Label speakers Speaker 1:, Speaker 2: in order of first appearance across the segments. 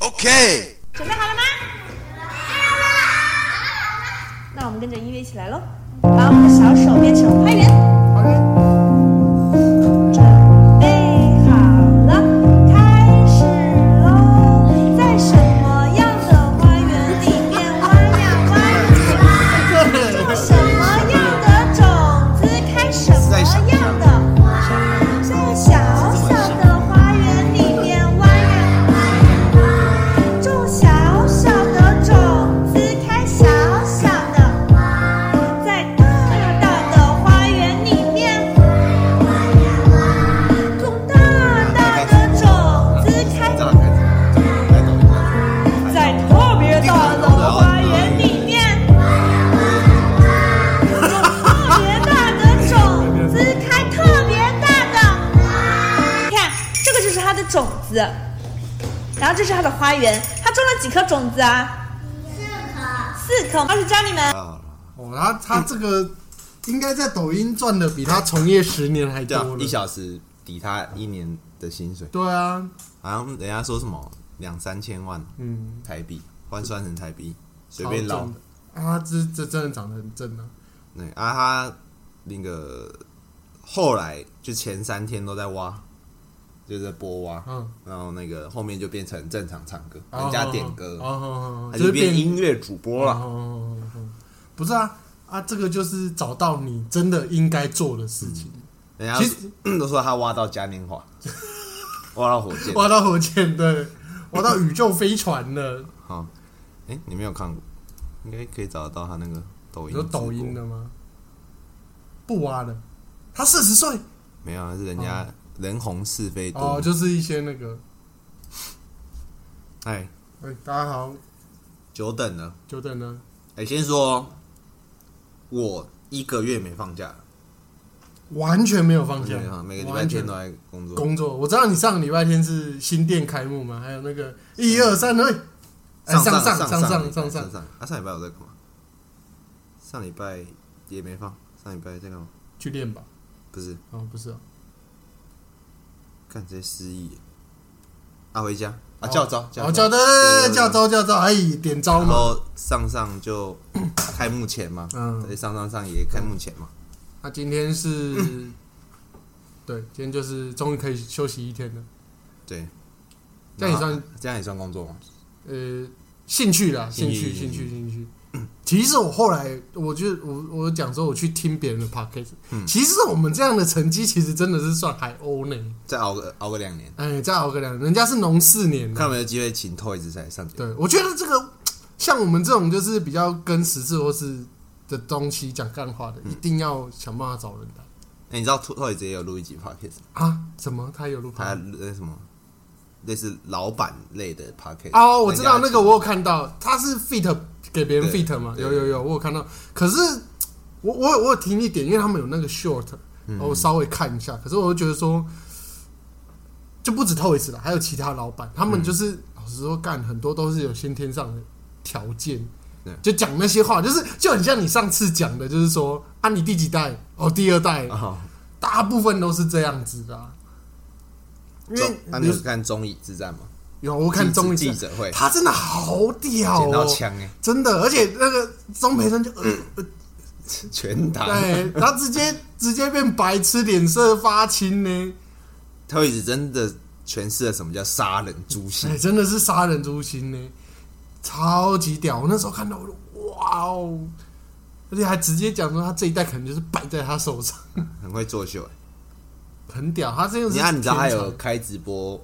Speaker 1: Okay.
Speaker 2: 准备好了吗？那我们跟着音乐一起来喽，把我们的小手变成花园。准备好了，开始喽！在什么样的花园里面挖呀挖呀？种什么样的种子，开什么样的花？在小小的花园里面挖呀挖呀，种小小的种子，开小小的花。在大大的花园里面。用大大的种子开，在特别大的花园里面，用特别大的种子开特别大的。你看，这个就是它的种子，然后这是它的花园，它种了几颗种子啊？四颗。四颗。老师教你们，
Speaker 3: 哦，他他这个应该在抖音赚的比他从业十年还
Speaker 4: 对
Speaker 3: 多
Speaker 4: 啊
Speaker 3: 了。，
Speaker 4: 一小时抵他一年的薪水，
Speaker 3: 对啊，
Speaker 4: 好像人家说什么两三千万
Speaker 3: 嗯，
Speaker 4: 台币，换算成台币随便捞
Speaker 3: 超。正啊，这这真的长得很正啊。
Speaker 4: 对啊，他那个后来就前三天都在挖，就在播挖，
Speaker 3: 嗯
Speaker 4: 然后那个后面就变成正常唱歌，
Speaker 3: 哦
Speaker 4: 人家点歌，
Speaker 3: 哦哦哦，
Speaker 4: 他
Speaker 3: 哦
Speaker 4: 就变
Speaker 3: 音
Speaker 4: 音乐主播
Speaker 3: 了。
Speaker 4: 了。
Speaker 3: 哦哦哦哦不是啊啊，这个就是找到你真的应该做的事情。
Speaker 4: 人家
Speaker 3: 其实
Speaker 4: 都说他挖到嘉年 华，挖到火箭。
Speaker 3: 挖到火箭，对，挖到宇宙飞船 了。
Speaker 4: 好，哎，你没有看过，应该可以找得到他那个抖音。
Speaker 3: 有抖音的？吗？不挖了，他四十岁
Speaker 4: 没有啊，是人家人红是非多。
Speaker 3: 哦，就是一些那个。
Speaker 4: 哎，
Speaker 3: 哎、大家好，
Speaker 4: 久等了。
Speaker 3: 久等了。
Speaker 4: 哎，先说，我一个月没放假了。
Speaker 3: 完全没有放假
Speaker 4: 对啊，，每个礼拜
Speaker 3: 完全
Speaker 4: 天都在工作。
Speaker 3: 工作。我知道你上个礼拜天是新店开幕嘛，还有那个一二三，哎，哎
Speaker 4: 上
Speaker 3: 上
Speaker 4: 上
Speaker 3: 上上
Speaker 4: 上
Speaker 3: 上上，
Speaker 4: 上。啊，上礼拜我在干嘛？上礼拜也没放，上礼拜在干嘛？
Speaker 3: 去练吧。
Speaker 4: 不是，
Speaker 3: 哦，不是哦，
Speaker 4: 干直接失忆耶。啊，回家啊，
Speaker 3: 哦
Speaker 4: 叫招，
Speaker 3: 哦，
Speaker 4: 招
Speaker 3: 叫
Speaker 4: 对
Speaker 3: 的
Speaker 4: 对
Speaker 3: 叫招叫招，哎，点招
Speaker 4: 然
Speaker 3: 嘛。
Speaker 4: 后上上就开幕前嘛，
Speaker 3: 嗯
Speaker 4: 对，上上上也开幕前嘛，
Speaker 3: 那今天是，对，今天就是终于可以休息一天了。
Speaker 4: 对。
Speaker 3: 这样也算
Speaker 4: 然后啊这样也算工作吗？
Speaker 3: 呃，兴趣啦，兴
Speaker 4: 兴趣
Speaker 3: 趣，兴
Speaker 4: 兴
Speaker 3: 趣，
Speaker 4: 趣
Speaker 3: 兴趣。其实我后来，我就我我讲说我去听别人的 podcast，、其
Speaker 4: 嗯
Speaker 3: 实我们这样的成绩，其实真的是算海鸥呢。
Speaker 4: 再熬个熬个两年，
Speaker 3: 哎，再熬个两，人家是农四年的
Speaker 4: 看，有没有机会请 Toys 来上节目。
Speaker 3: 嗯对，我觉得这个像我们这种就是比较跟时事或是的东西讲干话
Speaker 4: 嗯
Speaker 3: 的，一定要想办法找人来
Speaker 4: 哎，你知道 Toys 也有录一集 Podcast，吗
Speaker 3: 啊！什么？他有录
Speaker 4: 他
Speaker 3: podcast？
Speaker 4: 那什么类似老板类的 Podcast。
Speaker 3: 哦，我知道
Speaker 4: 人家
Speaker 3: 那个，我有看到，他是 fit 给别人
Speaker 4: 对
Speaker 3: fit 嘛？
Speaker 4: 对
Speaker 3: 有有有，我有看到。可是我我有我有听一点，因为他们有那个 short，然
Speaker 4: 嗯
Speaker 3: 后我稍微看一下。可是我就觉得说，就不止 Toys 了，还有其他老板，他
Speaker 4: 嗯
Speaker 3: 们就是、老实说，干很多都是有先天上的条件
Speaker 4: 对。
Speaker 3: 就讲那些话，就是就很像你上次讲的，就是说啊，你第几代？哦，第二代，
Speaker 4: 哦
Speaker 3: 大部分都是这样子的啊、因
Speaker 4: 中
Speaker 3: 为
Speaker 4: 那你有看中椅之战吗？
Speaker 3: 有我看综艺
Speaker 4: 记者会
Speaker 3: 他真的好屌
Speaker 4: 捡到
Speaker 3: 哦，
Speaker 4: 枪嗯哎，
Speaker 3: 真的，而且那个钟培生就，呃呃
Speaker 4: 全打。
Speaker 3: 对，他直接直接变白痴，脸色发青呢，
Speaker 4: 嗯特一直真的诠释了什么叫杀人诛心
Speaker 3: 哎，。真的是杀人诛心呢，超级屌！我那时候看到我就哇哦，而且还直接讲说他这一代可能就是败在他手上，
Speaker 4: 很会作秀、欸。欸
Speaker 3: 很屌。他这个是
Speaker 4: 你看，你知道他
Speaker 3: 天
Speaker 4: 有
Speaker 3: 才
Speaker 4: 开直播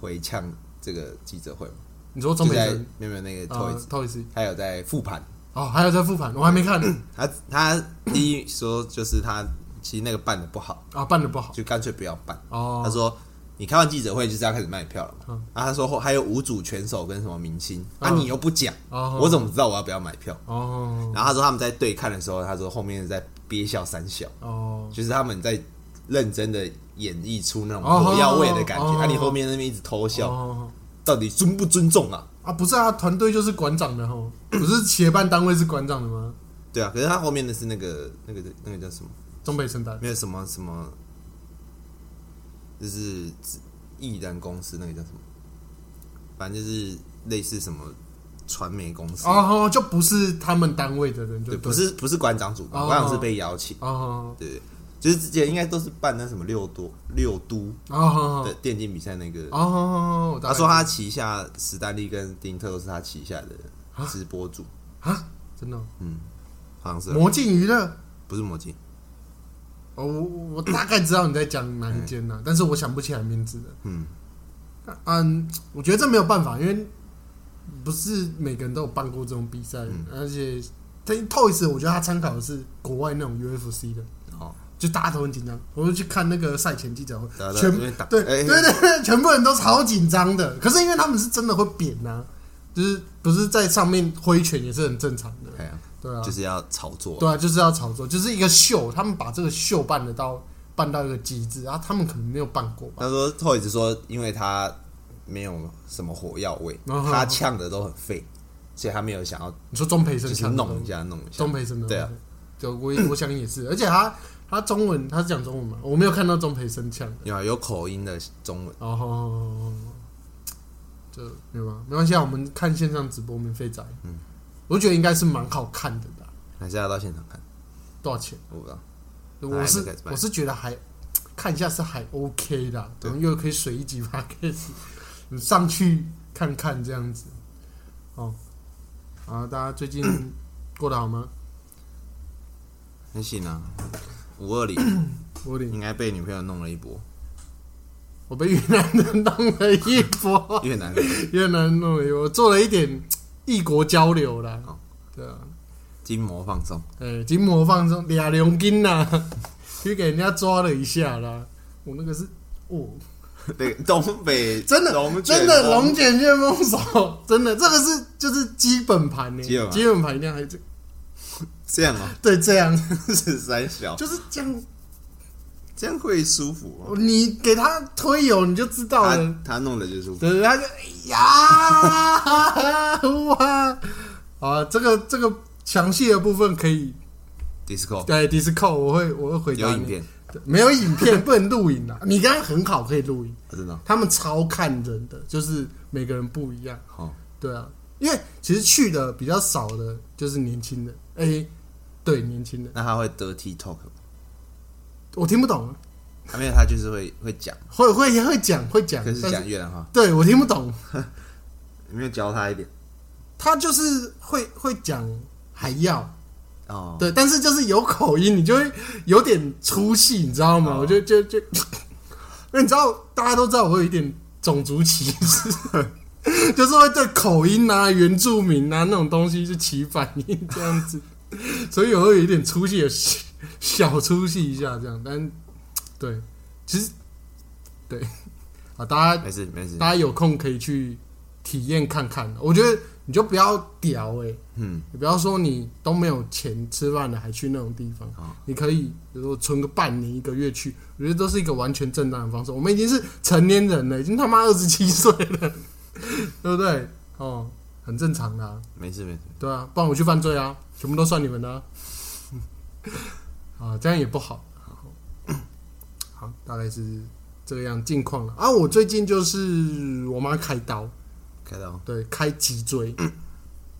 Speaker 4: 回呛这个记者会吗？
Speaker 3: 你说钟
Speaker 4: 就
Speaker 3: 培
Speaker 4: 在
Speaker 3: 生
Speaker 4: 没有没有那个
Speaker 3: 啊
Speaker 4: Toys，、
Speaker 3: ，Toys
Speaker 4: 他有在复盘。
Speaker 3: 哦，还有在复盘，我还没 看呢
Speaker 4: 他他第一说就是他其实那个办的不好，
Speaker 3: 啊，办的不好
Speaker 4: 就干脆不要办。
Speaker 3: 哦。
Speaker 4: 他说你开完记者会就是要开始卖票了嘛。
Speaker 3: 嗯
Speaker 4: 啊，他说后还有五组拳手跟什么明星，啊
Speaker 3: 嗯
Speaker 4: 你又不讲，
Speaker 3: 哦
Speaker 4: 我怎么知道我要不要买票？
Speaker 3: 哦
Speaker 4: 然后他说他们在对看的时候，他说后面在憋笑三笑。
Speaker 3: 哦，
Speaker 4: 就是他们在认真的演绎出那种
Speaker 3: 哦
Speaker 4: 火药味的感觉，
Speaker 3: 哦
Speaker 4: 啊，你后面那边一直偷笑，
Speaker 3: 哦
Speaker 4: 到底尊不尊重啊？
Speaker 3: 啊，不是啊，团队就是馆长的吼，不是协办单位是馆长的吗？
Speaker 4: 对啊，可是他后面的是那个那个那个叫什么？
Speaker 3: 中北城大
Speaker 4: 没有什么什么，就是艺人公司那个叫什么？反正就是类似什么传媒公司，
Speaker 3: 然后就不是他们单位的人就
Speaker 4: 对，
Speaker 3: 哦对，
Speaker 4: 不是不是馆长主办，
Speaker 3: 哦
Speaker 4: 馆长是被邀请，
Speaker 3: 哦
Speaker 4: 对，就是之前应该都是办那什么六多六都
Speaker 3: 哦哦
Speaker 4: 的电竞比赛那个，
Speaker 3: 哦哦，我大
Speaker 4: 他
Speaker 3: 概
Speaker 4: 说他旗下史丹利跟丁特都是他旗下的直播主，
Speaker 3: 啊，真的哦
Speaker 4: 好像是
Speaker 3: 魔镜娱乐。
Speaker 4: 不是魔镜？
Speaker 3: 哦，我我大概知道你在讲哪一间呐、但是我想不起来名字了。
Speaker 4: 嗯
Speaker 3: 啊嗯，我觉得这没有办法，因为不是每个人都有办过这种比赛，而且他 Toys 我觉得他参考的是国外那种 UFC 的，
Speaker 4: 哦，
Speaker 3: 就大家都很紧张。我就去看那个赛前记者会
Speaker 4: 大家，都在
Speaker 3: 全
Speaker 4: 那边打
Speaker 3: 对
Speaker 4: 哎
Speaker 3: 对对对，全部人都超紧张的。可是因为他们是真的会扁呐、就是不是在上面挥拳也是很正常的，
Speaker 4: 哎呀，
Speaker 3: 对啊
Speaker 4: 就，是要炒作，
Speaker 3: 对啊，就是要炒作，就是一个秀，他们把这个秀办得到办到一个极致，然、后他们可能没有办过吧。
Speaker 4: 他说 Toys 说，因为他没有什么火药味，
Speaker 3: 哦
Speaker 4: 他呛的都很废，所以他没有想要
Speaker 3: 你说钟培
Speaker 4: 就
Speaker 3: 生
Speaker 4: 是
Speaker 3: 强
Speaker 4: 弄一下弄一下
Speaker 3: 钟。培生的
Speaker 4: 对啊，
Speaker 3: 就我我想也是，而且他他中文他是讲中文嘛，我没有看到钟培生呛的，
Speaker 4: 有啊有口音的中文，
Speaker 3: 然后就没有吧，没关系，啊，我们看线上直播免费仔，嗯，我觉得应该是蛮好看的吧，
Speaker 4: 还是要到现场看？
Speaker 3: 多少钱？
Speaker 4: 我不知道。
Speaker 3: 我
Speaker 4: 哎
Speaker 3: 是
Speaker 4: 那个怎么办
Speaker 3: 我是觉得还看一下是还 OK 的啊，
Speaker 4: 对
Speaker 3: 然后又可以 水一集 p o d 你上去看看这样子。哦，啊，大家最 近过得好吗？
Speaker 4: 那行啊，五 二零
Speaker 3: 我有点
Speaker 4: 应该被女朋友弄了一波，
Speaker 3: 我被越南人弄了一 波，
Speaker 4: 越 南
Speaker 3: 越南人弄了一波，我做了一点异国交流啦
Speaker 4: 哦。
Speaker 3: 对啊，
Speaker 4: 筋膜放 松，
Speaker 3: 哎，筋膜放松，俩龙筋呐， 去给人家抓了一下啦。我那个是，哦，
Speaker 4: 对，东北
Speaker 3: 真的
Speaker 4: 龙卷
Speaker 3: 真的
Speaker 4: 风
Speaker 3: 龙卷旋风手，真的这个是就是基本盘呢，
Speaker 4: 基本盘
Speaker 3: 基本盘一定要还这
Speaker 4: 这样哦，
Speaker 3: 对这样，
Speaker 4: 是三小，
Speaker 3: 就是这样，
Speaker 4: 这样会舒服哦。
Speaker 3: 你给他推油你就知道
Speaker 4: 他
Speaker 3: 了，
Speaker 4: 他弄的就舒服，
Speaker 3: 哦对，他就哎呀 哇啊，这个这个详细的部分可以
Speaker 4: disco
Speaker 3: 对 Discord 我会我会回答
Speaker 4: 有
Speaker 3: 你
Speaker 4: 影片，
Speaker 3: 对没有影片不能录影啦，你刚刚很好可以录影，
Speaker 4: 啊真的哦
Speaker 3: 他们超看人的，就是每个人不一样。
Speaker 4: 好，
Speaker 3: 对啊，因为其实去的比较少的就是年轻人，哎、对年轻人，
Speaker 4: 那他会 dirty talk 吗
Speaker 3: 我听不懂，
Speaker 4: 啊没有，他就是会会讲，
Speaker 3: 会会会讲会讲，
Speaker 4: 可是
Speaker 3: 但
Speaker 4: 讲越南话，
Speaker 3: 对我听不懂，
Speaker 4: 有没有教他一点？
Speaker 3: 他就是会会讲还要
Speaker 4: 哦，
Speaker 3: 对，但是就是有口音，你就会有点出戏，你知道吗？
Speaker 4: 哦
Speaker 3: 我就就就，因为你知道大家都知道我有一点种族歧视。 就是会对口音啊、原住民啊那种东西就起反应这样子，所以我会有一点出戏的小小出戏一下这样，但对，其实对，好，大家
Speaker 4: 没事没事，
Speaker 3: 大家有空可以去体验看看，我觉得你就不要屌哎、
Speaker 4: 嗯，
Speaker 3: 你不要说你都没有钱吃饭了，还去那种地方
Speaker 4: 哦，
Speaker 3: 你可以比如说存个半年、一个月去，我觉得都是一个完全正当的方式。我们已经是成年人了，已经他妈二十七岁了， 对不对？哦，很正常的、啊，
Speaker 4: 没事没事，
Speaker 3: 对啊，不然我去犯罪啊，全部都算你们的啊， 啊这样也不好。好，大概是这个样近况了啊。我最近就是我妈开刀，
Speaker 4: 开刀，
Speaker 3: 对，开脊椎。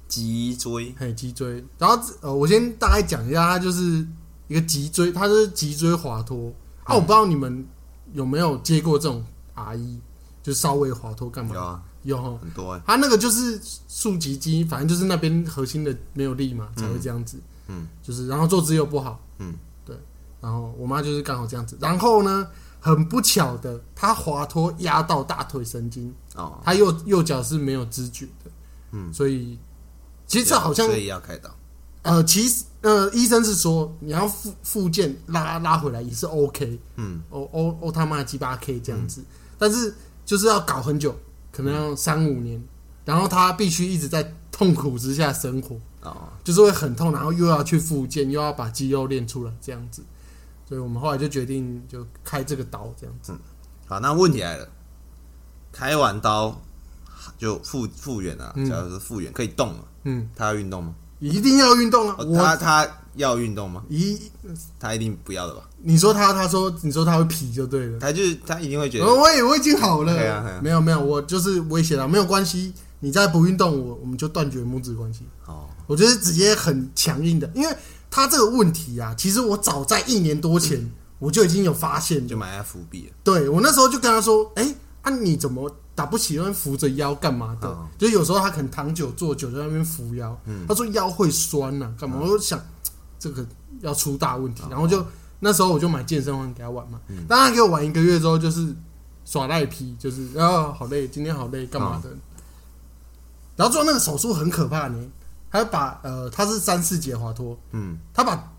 Speaker 4: 脊椎，
Speaker 3: 嘿，脊椎。然后呃，我先大概讲一下，它就是一个脊椎，它就是脊椎滑脱。
Speaker 4: 嗯
Speaker 3: 啊，我不知道你们有没有接过这种阿姨，就稍微滑脱干
Speaker 4: 有
Speaker 3: 嘛？
Speaker 4: 啊，
Speaker 3: 有吼，
Speaker 4: 很多哎，
Speaker 3: 它那个就是竖脊肌，反正就是那边核心的没有力嘛，才会这样子。
Speaker 4: 嗯，
Speaker 3: 就是然后坐姿又不好。
Speaker 4: 嗯，
Speaker 3: 对。然后我妈就是刚好这样子，然后呢，很不巧的，她滑脱压到大腿神经，
Speaker 4: 哦，
Speaker 3: 她右右脚是没有知觉的。
Speaker 4: 嗯
Speaker 3: 所以其实这好像
Speaker 4: 所以要开刀，
Speaker 3: 呃，其实呃，医生是说你要复复健拉拉回来也是 OK，
Speaker 4: 嗯，
Speaker 3: 哦哦哦他妈鸡巴 K 这样子，但是就是要搞很久，可能要三五年，然后他必须一直在痛苦之下生活，
Speaker 4: 哦，
Speaker 3: 就是会很痛，然后又要去复健，又要把肌肉练出来这样子，所以我们后来就决定就开这个刀这样子，
Speaker 4: 好，那问题来了，开完刀就复复原啊，
Speaker 3: 嗯
Speaker 4: 假如是复原可以动了，
Speaker 3: 嗯，
Speaker 4: 他要运动吗？
Speaker 3: 一定要运动啊，
Speaker 4: 哦他
Speaker 3: 我
Speaker 4: 他要运动吗？
Speaker 3: 一
Speaker 4: 他一定不要的吧？
Speaker 3: 你说他他说你说他会皮就对了。
Speaker 4: 他就是他一定会觉
Speaker 3: 呃
Speaker 4: 得
Speaker 3: 我也我已经好了，
Speaker 4: 对啊对啊
Speaker 3: 没有没有，我就是威胁他，没有关系，你再不运动，我我们就断绝母子关系。
Speaker 4: 哦，
Speaker 3: 我觉得直接很强硬的，因为他这个问题啊，其实我早在一年多前我就已经有发现
Speaker 4: 就
Speaker 3: 了。
Speaker 4: 埋下伏笔了。
Speaker 3: 对我那时候就跟他说：“哎、啊你怎么打不起？那边扶着腰干嘛的？
Speaker 4: 嗯
Speaker 3: 就有时候他可能躺久坐久，就在那边扶腰。他说腰会酸呐、干嘛？我就想这个要出大问题，然后就那时候我就买健身环给他玩嘛。当他给我玩一个月之后，就是耍赖皮，就是啊好累，今天好累，干嘛的？然后做那个手术很可怕呢，他把呃他是三四节滑脱，
Speaker 4: 嗯，
Speaker 3: 他把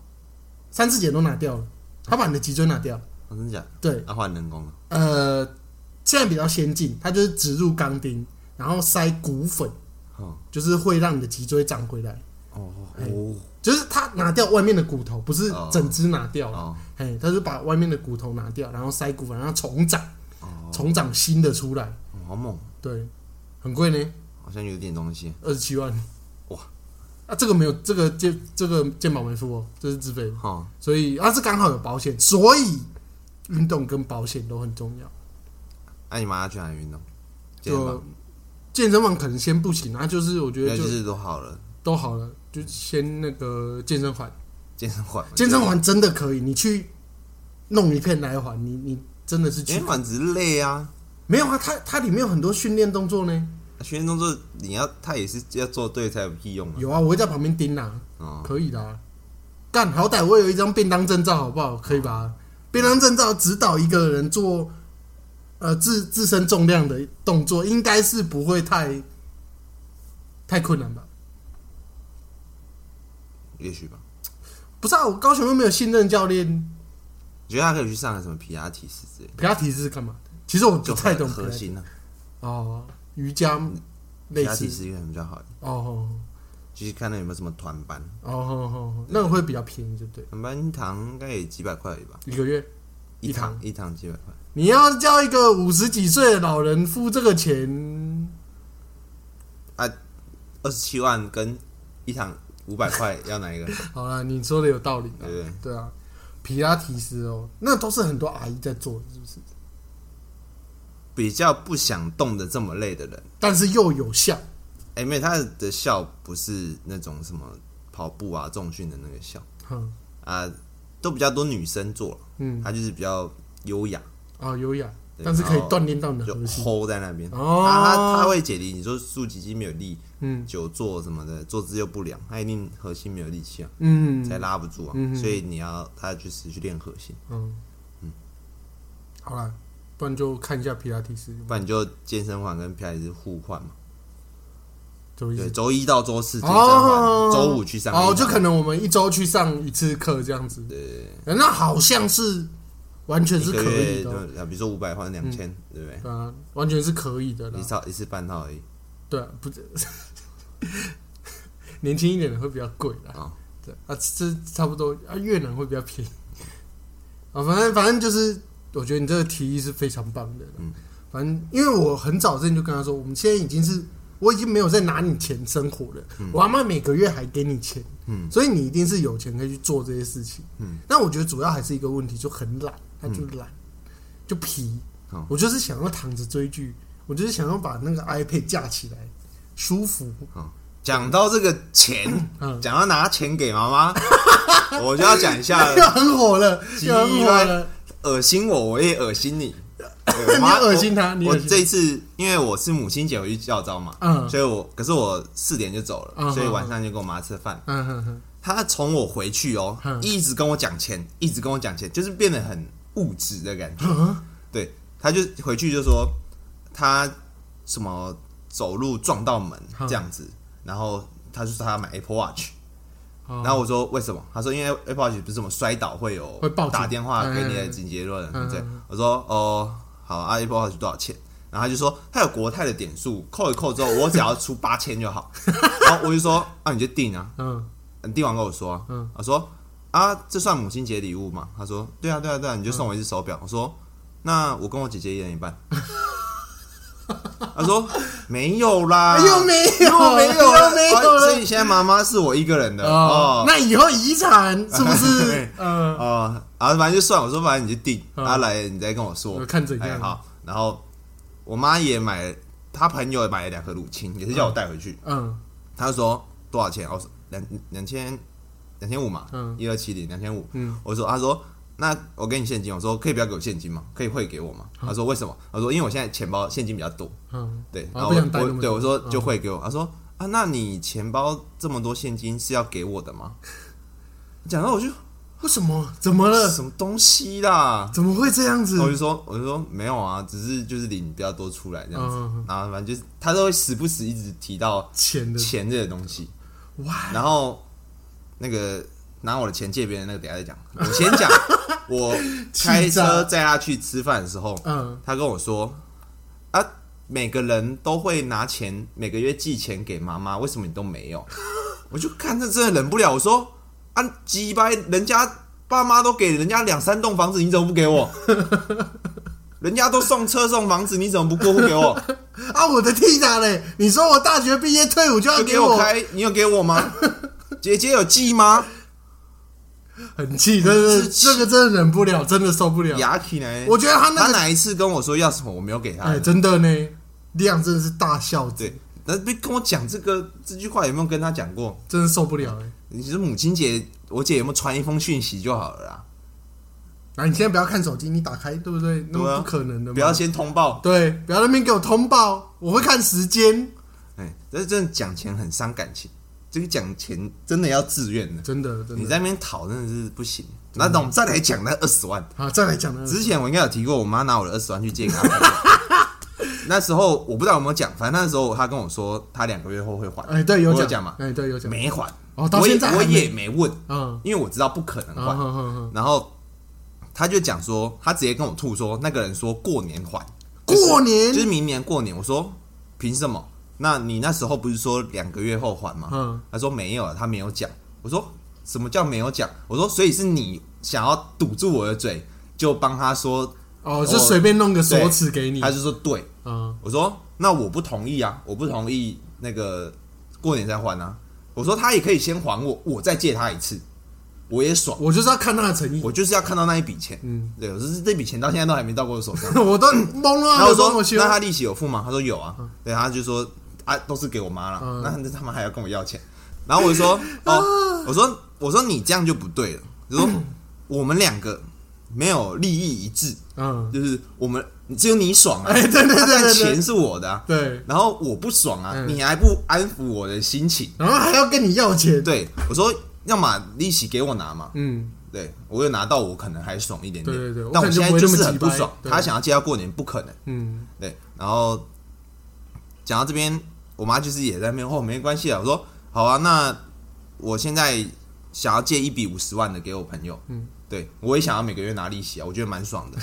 Speaker 3: 三四节都拿掉了，他把你的脊椎拿掉了，
Speaker 4: 啊真假？
Speaker 3: 对。
Speaker 4: 啊，换人工了。
Speaker 3: 呃，现在比较先进，它就是植入钢钉，然后塞骨粉，
Speaker 4: 哦
Speaker 3: 就是会让你的脊椎长回来。
Speaker 4: 哦
Speaker 3: 哎
Speaker 4: 哦
Speaker 3: 就是它拿掉外面的骨头，不是
Speaker 4: 哦
Speaker 3: 整只拿掉了，
Speaker 4: 哦
Speaker 3: 哎，它就把外面的骨头拿掉，然后塞骨粉，让它重长，
Speaker 4: 哦，
Speaker 3: 重长新的出来。
Speaker 4: 好猛，
Speaker 3: 对，很贵呢，
Speaker 4: 好像有点东西。
Speaker 3: 二十七万。
Speaker 4: 哇！
Speaker 3: 啊，这个没有，这个健这个健保没付哦，这是自费的，
Speaker 4: 哈，
Speaker 3: 所以啊，这刚好有保险，所以运动跟保险都很重要。
Speaker 4: 那你马上去哪里运动？健身
Speaker 3: 就
Speaker 4: 房，
Speaker 3: 健身房可能先不行啊，就是我觉
Speaker 4: 那
Speaker 3: 得就
Speaker 4: 就是都好了。
Speaker 3: 都好了，就先那个健身环，
Speaker 4: 健身环，
Speaker 3: 健身，环真的可以，你去弄一片来环，你你真的是
Speaker 4: 健
Speaker 3: 去
Speaker 4: 身环只是累啊。
Speaker 3: 没有啊？它它里面有很多训练动作
Speaker 4: 嗯
Speaker 3: 呢，
Speaker 4: 训练动作你要，他也是要做对才有屁用啊。
Speaker 3: 有啊，我会在旁边盯啊，
Speaker 4: 哦，
Speaker 3: 可以的、啊。干，好歹我有一张便当证照，好不
Speaker 4: 哦
Speaker 3: 好？可以吧？便当证照指导一个人做呃自自身重量的动作，应该是不会太太困难吧？
Speaker 4: 也许吧。
Speaker 3: 不是啊，我高雄又没有信任教练，
Speaker 4: 我觉得他可以去上个什么皮拉提斯之类的，
Speaker 3: 皮拉提斯是干嘛的？其实我不
Speaker 4: 就
Speaker 3: 太懂
Speaker 4: 核
Speaker 3: 皮拉
Speaker 4: 核
Speaker 3: 提斯
Speaker 4: 心啊，
Speaker 3: 哦，瑜伽
Speaker 4: 皮
Speaker 3: 类
Speaker 4: 拉提
Speaker 3: 似
Speaker 4: 斯应该比较好一点，
Speaker 3: 哦
Speaker 4: 就是看那有没有什么团班，
Speaker 3: 哦哦哦，那个会比较便宜，对不对？
Speaker 4: 团班一堂应该也几百块而已吧，
Speaker 3: 一个月一
Speaker 4: 一堂
Speaker 3: 堂
Speaker 4: 一堂几百块，
Speaker 3: 你要叫一个五十几岁的老人付这个钱，
Speaker 4: 啊二十七万跟一堂五百块要哪一个？
Speaker 3: 好了，你说的有道理啊
Speaker 4: 对不对？
Speaker 3: 对啊，皮拉提斯哦，那都是很多阿姨在做，是不是？
Speaker 4: 比较不想动的这么累的人，
Speaker 3: 但是又有效
Speaker 4: 哎、没有他的效不是那种什么跑步啊重训的那个效
Speaker 3: 嗯
Speaker 4: 啊，都比较多女生做了，
Speaker 3: 嗯
Speaker 4: 他就是比较优雅，
Speaker 3: 啊，优雅，
Speaker 4: 对
Speaker 3: 但是可以
Speaker 4: 然后
Speaker 3: 锻炼到你的
Speaker 4: 就
Speaker 3: 核心，
Speaker 4: hold 在那边，
Speaker 3: 哦
Speaker 4: 啊他他会解离，你说竖脊肌没有力，
Speaker 3: 嗯
Speaker 4: 久坐什么的，坐姿又不良，他一定核心没有力气啊，
Speaker 3: 嗯
Speaker 4: 才拉不住啊。
Speaker 3: 嗯
Speaker 4: 所以你要他去持续练核心，
Speaker 3: 嗯，好了，不然就看一下皮拉提斯有没有
Speaker 4: 不然你就健身环跟皮拉提斯互换嘛。
Speaker 3: 什么意思
Speaker 4: 对，周一到周四健身
Speaker 3: 哦
Speaker 4: 环，，周五去上一堂。
Speaker 3: 哦，就可能我们一周去上一次课这样子。对，那好像是完全
Speaker 4: 一
Speaker 3: 是
Speaker 4: 个
Speaker 3: 可以
Speaker 4: 月
Speaker 3: 的哦，
Speaker 4: 对啊，比如说五百换两千，对不对？
Speaker 3: 对啊，完全是可以的啦
Speaker 4: 一。套一次半套而已。
Speaker 3: 对啊，不 是年轻一点的会比较贵啦。
Speaker 4: 哦
Speaker 3: 对啊，这这差不多啊，越南会比较便宜。啊，反正反正就是，我觉得你这个提议是非常棒的。嗯，反正因为我很早之前就跟他说，我们现在已经是我已经没有在拿你钱生活了，我阿妈每个月还给你钱，嗯，所以你一定是有钱可以去做这些事情。嗯，但我觉得主要还是一个问题，就很懒，他就懒，就皮。
Speaker 4: 好
Speaker 3: 我就是想要躺着追剧，我就是想要把那个 iPad 架起来，舒服。
Speaker 4: 好，讲到这个钱
Speaker 3: 嗯，
Speaker 4: 讲到拿钱给妈 妈，我就要讲一下了
Speaker 3: 又。很火了，
Speaker 4: 鸡
Speaker 3: 又很火
Speaker 4: 歪
Speaker 3: 了。
Speaker 4: 恶心我，我也恶心 你。
Speaker 3: 你恶心他你
Speaker 4: 我
Speaker 3: 恶
Speaker 4: 我
Speaker 3: 心他
Speaker 4: 这一次因为我是母亲节，我去教招嘛，
Speaker 3: 嗯
Speaker 4: 所以我可是我四点就走了，
Speaker 3: 嗯
Speaker 4: 所以晚上就跟我妈吃饭。
Speaker 3: 嗯哼哼，
Speaker 4: 她从我回去哦，
Speaker 3: 嗯
Speaker 4: 一直跟我讲钱，一直跟我讲钱，就是变得很物质的感
Speaker 3: 嗯
Speaker 4: 觉。对，她就回去就说她什么走路撞到门
Speaker 3: 嗯
Speaker 4: 这样子，然后她就说她要买 Apple Watch。
Speaker 3: 哦
Speaker 4: 然后我说为什么？他说因为 Apple Watch 不是什么摔倒会有
Speaker 3: 会报警
Speaker 4: 打电话给你
Speaker 3: 嗯嗯
Speaker 4: 的
Speaker 3: 嗯
Speaker 4: 紧急热
Speaker 3: 嗯
Speaker 4: 人，对。我说哦，好啊，Apple Watch 多少钱？然后他就说他有国泰的点数，扣一扣之后我只要出八千就 好。然后我就说啊，你就定啊，
Speaker 3: 嗯，
Speaker 4: 你定完跟我说啊。
Speaker 3: 嗯
Speaker 4: 我说啊，这算母亲节礼物吗？他说对啊，对啊，对啊，你就送我一只手表。我说那我跟我姐姐一人一半。他说没有啦，
Speaker 3: 又哎没有，
Speaker 4: 又没有了，
Speaker 3: 又没有
Speaker 4: 啊所
Speaker 3: 了。
Speaker 4: 以现在妈妈是我一个人的
Speaker 3: 哦
Speaker 4: 哦，。
Speaker 3: 那以后遗产是不是
Speaker 4: 对？
Speaker 3: 嗯，
Speaker 4: 哦，啊，反正就算我说，反正你就定，
Speaker 3: 嗯
Speaker 4: 啊，来你再跟我说
Speaker 3: 我，看怎样
Speaker 4: 哎好，然后我妈也买他朋友也买了两颗乳清，也是叫我带回去。
Speaker 3: 嗯
Speaker 4: 他就说多少钱？我说两两千两千五嘛，
Speaker 3: 嗯
Speaker 4: 一二七零两千五。
Speaker 3: 嗯，
Speaker 4: 我说他说那我给你现金，我说可以不要给我现金嘛，可以汇给我嘛。他说为什么？我说因为我现在钱包现金比较多，
Speaker 3: 嗯，
Speaker 4: 对，
Speaker 3: 哦
Speaker 4: 然后
Speaker 3: 不
Speaker 4: 我
Speaker 3: 想带那
Speaker 4: 我
Speaker 3: 么
Speaker 4: 对
Speaker 3: 多嗯
Speaker 4: 我说就汇给我。他说啊，那你钱包这么多现金是要给我的吗？ 讲到我就
Speaker 3: 为什么？怎么了？
Speaker 4: 什么东西啦？
Speaker 3: 怎么会这样子
Speaker 4: 然？后我就说，我就说没有啊，只是就是领比较多出来这样子，
Speaker 3: 嗯
Speaker 4: 然后反正就是他都会时不时一直提到
Speaker 3: 钱的
Speaker 4: 钱这个东西，
Speaker 3: 哇，
Speaker 4: 然后那个拿我的钱借别人那个等一下再讲，我先 讲，我开车载他去吃饭的时候，
Speaker 3: 嗯
Speaker 4: 他跟我说啊，每个人都会拿钱，每个月寄钱给妈妈，为什么你都没有？ 我就看这真的忍不了，我说啊，鸡掰，人家爸妈都给人家两三栋房子，你怎么不给我？ 人家都送车送房子，你怎么不过户给我？
Speaker 3: 啊，我的替打嘞！你说我大学毕业退伍就要
Speaker 4: 要
Speaker 3: 给
Speaker 4: 给我开，你有给我吗？ 姐姐有寄吗？
Speaker 3: 很气，真的，
Speaker 4: 很气
Speaker 3: 这个真的忍不了，真的受不了。
Speaker 4: 牙起来，
Speaker 3: 我觉得他那
Speaker 4: 他
Speaker 3: 个，
Speaker 4: 哪一次跟我说要什么，我没有给他
Speaker 3: 哎，。真的呢，亮真的是大孝子，
Speaker 4: 对，那别跟我讲这个这句话有没有跟他讲过？
Speaker 3: 真的受不了哎。
Speaker 4: 你是母亲节，我姐有没有传一封讯息就好了啦？
Speaker 3: 然后啊你现在不要看手机，你打开，对不对？那嗯么不可能的嘛，
Speaker 4: 啊不要先通报。
Speaker 3: 对，不要那边给我通报，我会看时间，
Speaker 4: 哎，但是真的讲钱很伤感情，这个讲钱真的要自愿的。
Speaker 3: 真的，真的。
Speaker 4: 你在那边讨真的是不行。那等我们再来讲那二十万。
Speaker 3: 好，再来讲呢，
Speaker 4: 之前我应该有提过，我妈拿我的二十万去借给她朋友。 那时候我不知道有没有讲，反正那时候她跟我说，她两个月后会还。
Speaker 3: 哎，对，有
Speaker 4: 我有
Speaker 3: 讲
Speaker 4: 讲嘛？
Speaker 3: 哎，对，有讲，
Speaker 4: 没还。
Speaker 3: 哦到
Speaker 4: 我也
Speaker 3: 现在还
Speaker 4: 我
Speaker 3: 没
Speaker 4: 也没问，
Speaker 3: 嗯，
Speaker 4: 因为我知道不可能
Speaker 3: 嗯
Speaker 4: 还。
Speaker 3: 哼哼哼
Speaker 4: 然后他就讲说，他直接跟我吐说，那个人说过年还，就是
Speaker 3: 过年
Speaker 4: 就是明年过年。我说凭什么？那你那时候不是说两个月后还吗？
Speaker 3: 嗯
Speaker 4: 他说没有啊，他没有讲。我说什么叫没有讲？我说所以是你想要堵住我的嘴，就帮他说，
Speaker 3: 哦，就随便弄个
Speaker 4: 对
Speaker 3: 锁匙给你
Speaker 4: 他，就说对。
Speaker 3: 嗯，
Speaker 4: 我说那我不同意啊，我不同意那个过年再还啊。我说他也可以先还我，我再借他一次，我也爽。
Speaker 3: 我就是要看他的诚意，
Speaker 4: 我就是要看到那一笔钱，嗯，对，我就是这笔钱到现在都还没到过我 手上。
Speaker 3: 我都懵了，
Speaker 4: 然后我
Speaker 3: 啊我
Speaker 4: 说
Speaker 3: 去，
Speaker 4: 那他利息有付吗？他说有啊，对，他就说啊都是给我妈了，
Speaker 3: 嗯
Speaker 4: 那那他妈还要跟我要钱。然后我就 说哦，我说我说你这样就不对了，我说 我们两个没有利益一致，
Speaker 3: 嗯，
Speaker 4: 就是我们只有你爽啊，
Speaker 3: 哎对对对
Speaker 4: 啊但
Speaker 3: 对对
Speaker 4: 钱是我的啊，
Speaker 3: 对，
Speaker 4: 然后我不爽啊，
Speaker 3: 嗯
Speaker 4: 你还不安抚我的心情，
Speaker 3: 然后还要跟你要钱，，
Speaker 4: 对我说要么利息给我拿嘛，
Speaker 3: 嗯，
Speaker 4: 对我有拿到，我可能还爽一点点。
Speaker 3: 对对对
Speaker 4: 但我现在就是很不
Speaker 3: 我可能就不会那么急
Speaker 4: 爽
Speaker 3: 掰。对
Speaker 4: 他想要借到过年，不可能。
Speaker 3: 嗯，
Speaker 4: 对，然后讲到这边，我妈就是也在那边哦，没关系啊。我说好啊，那我现在想要借一笔五十万的给我朋友，
Speaker 3: 嗯，
Speaker 4: 对我也想要每个月拿利息啊，我觉得蛮 爽的，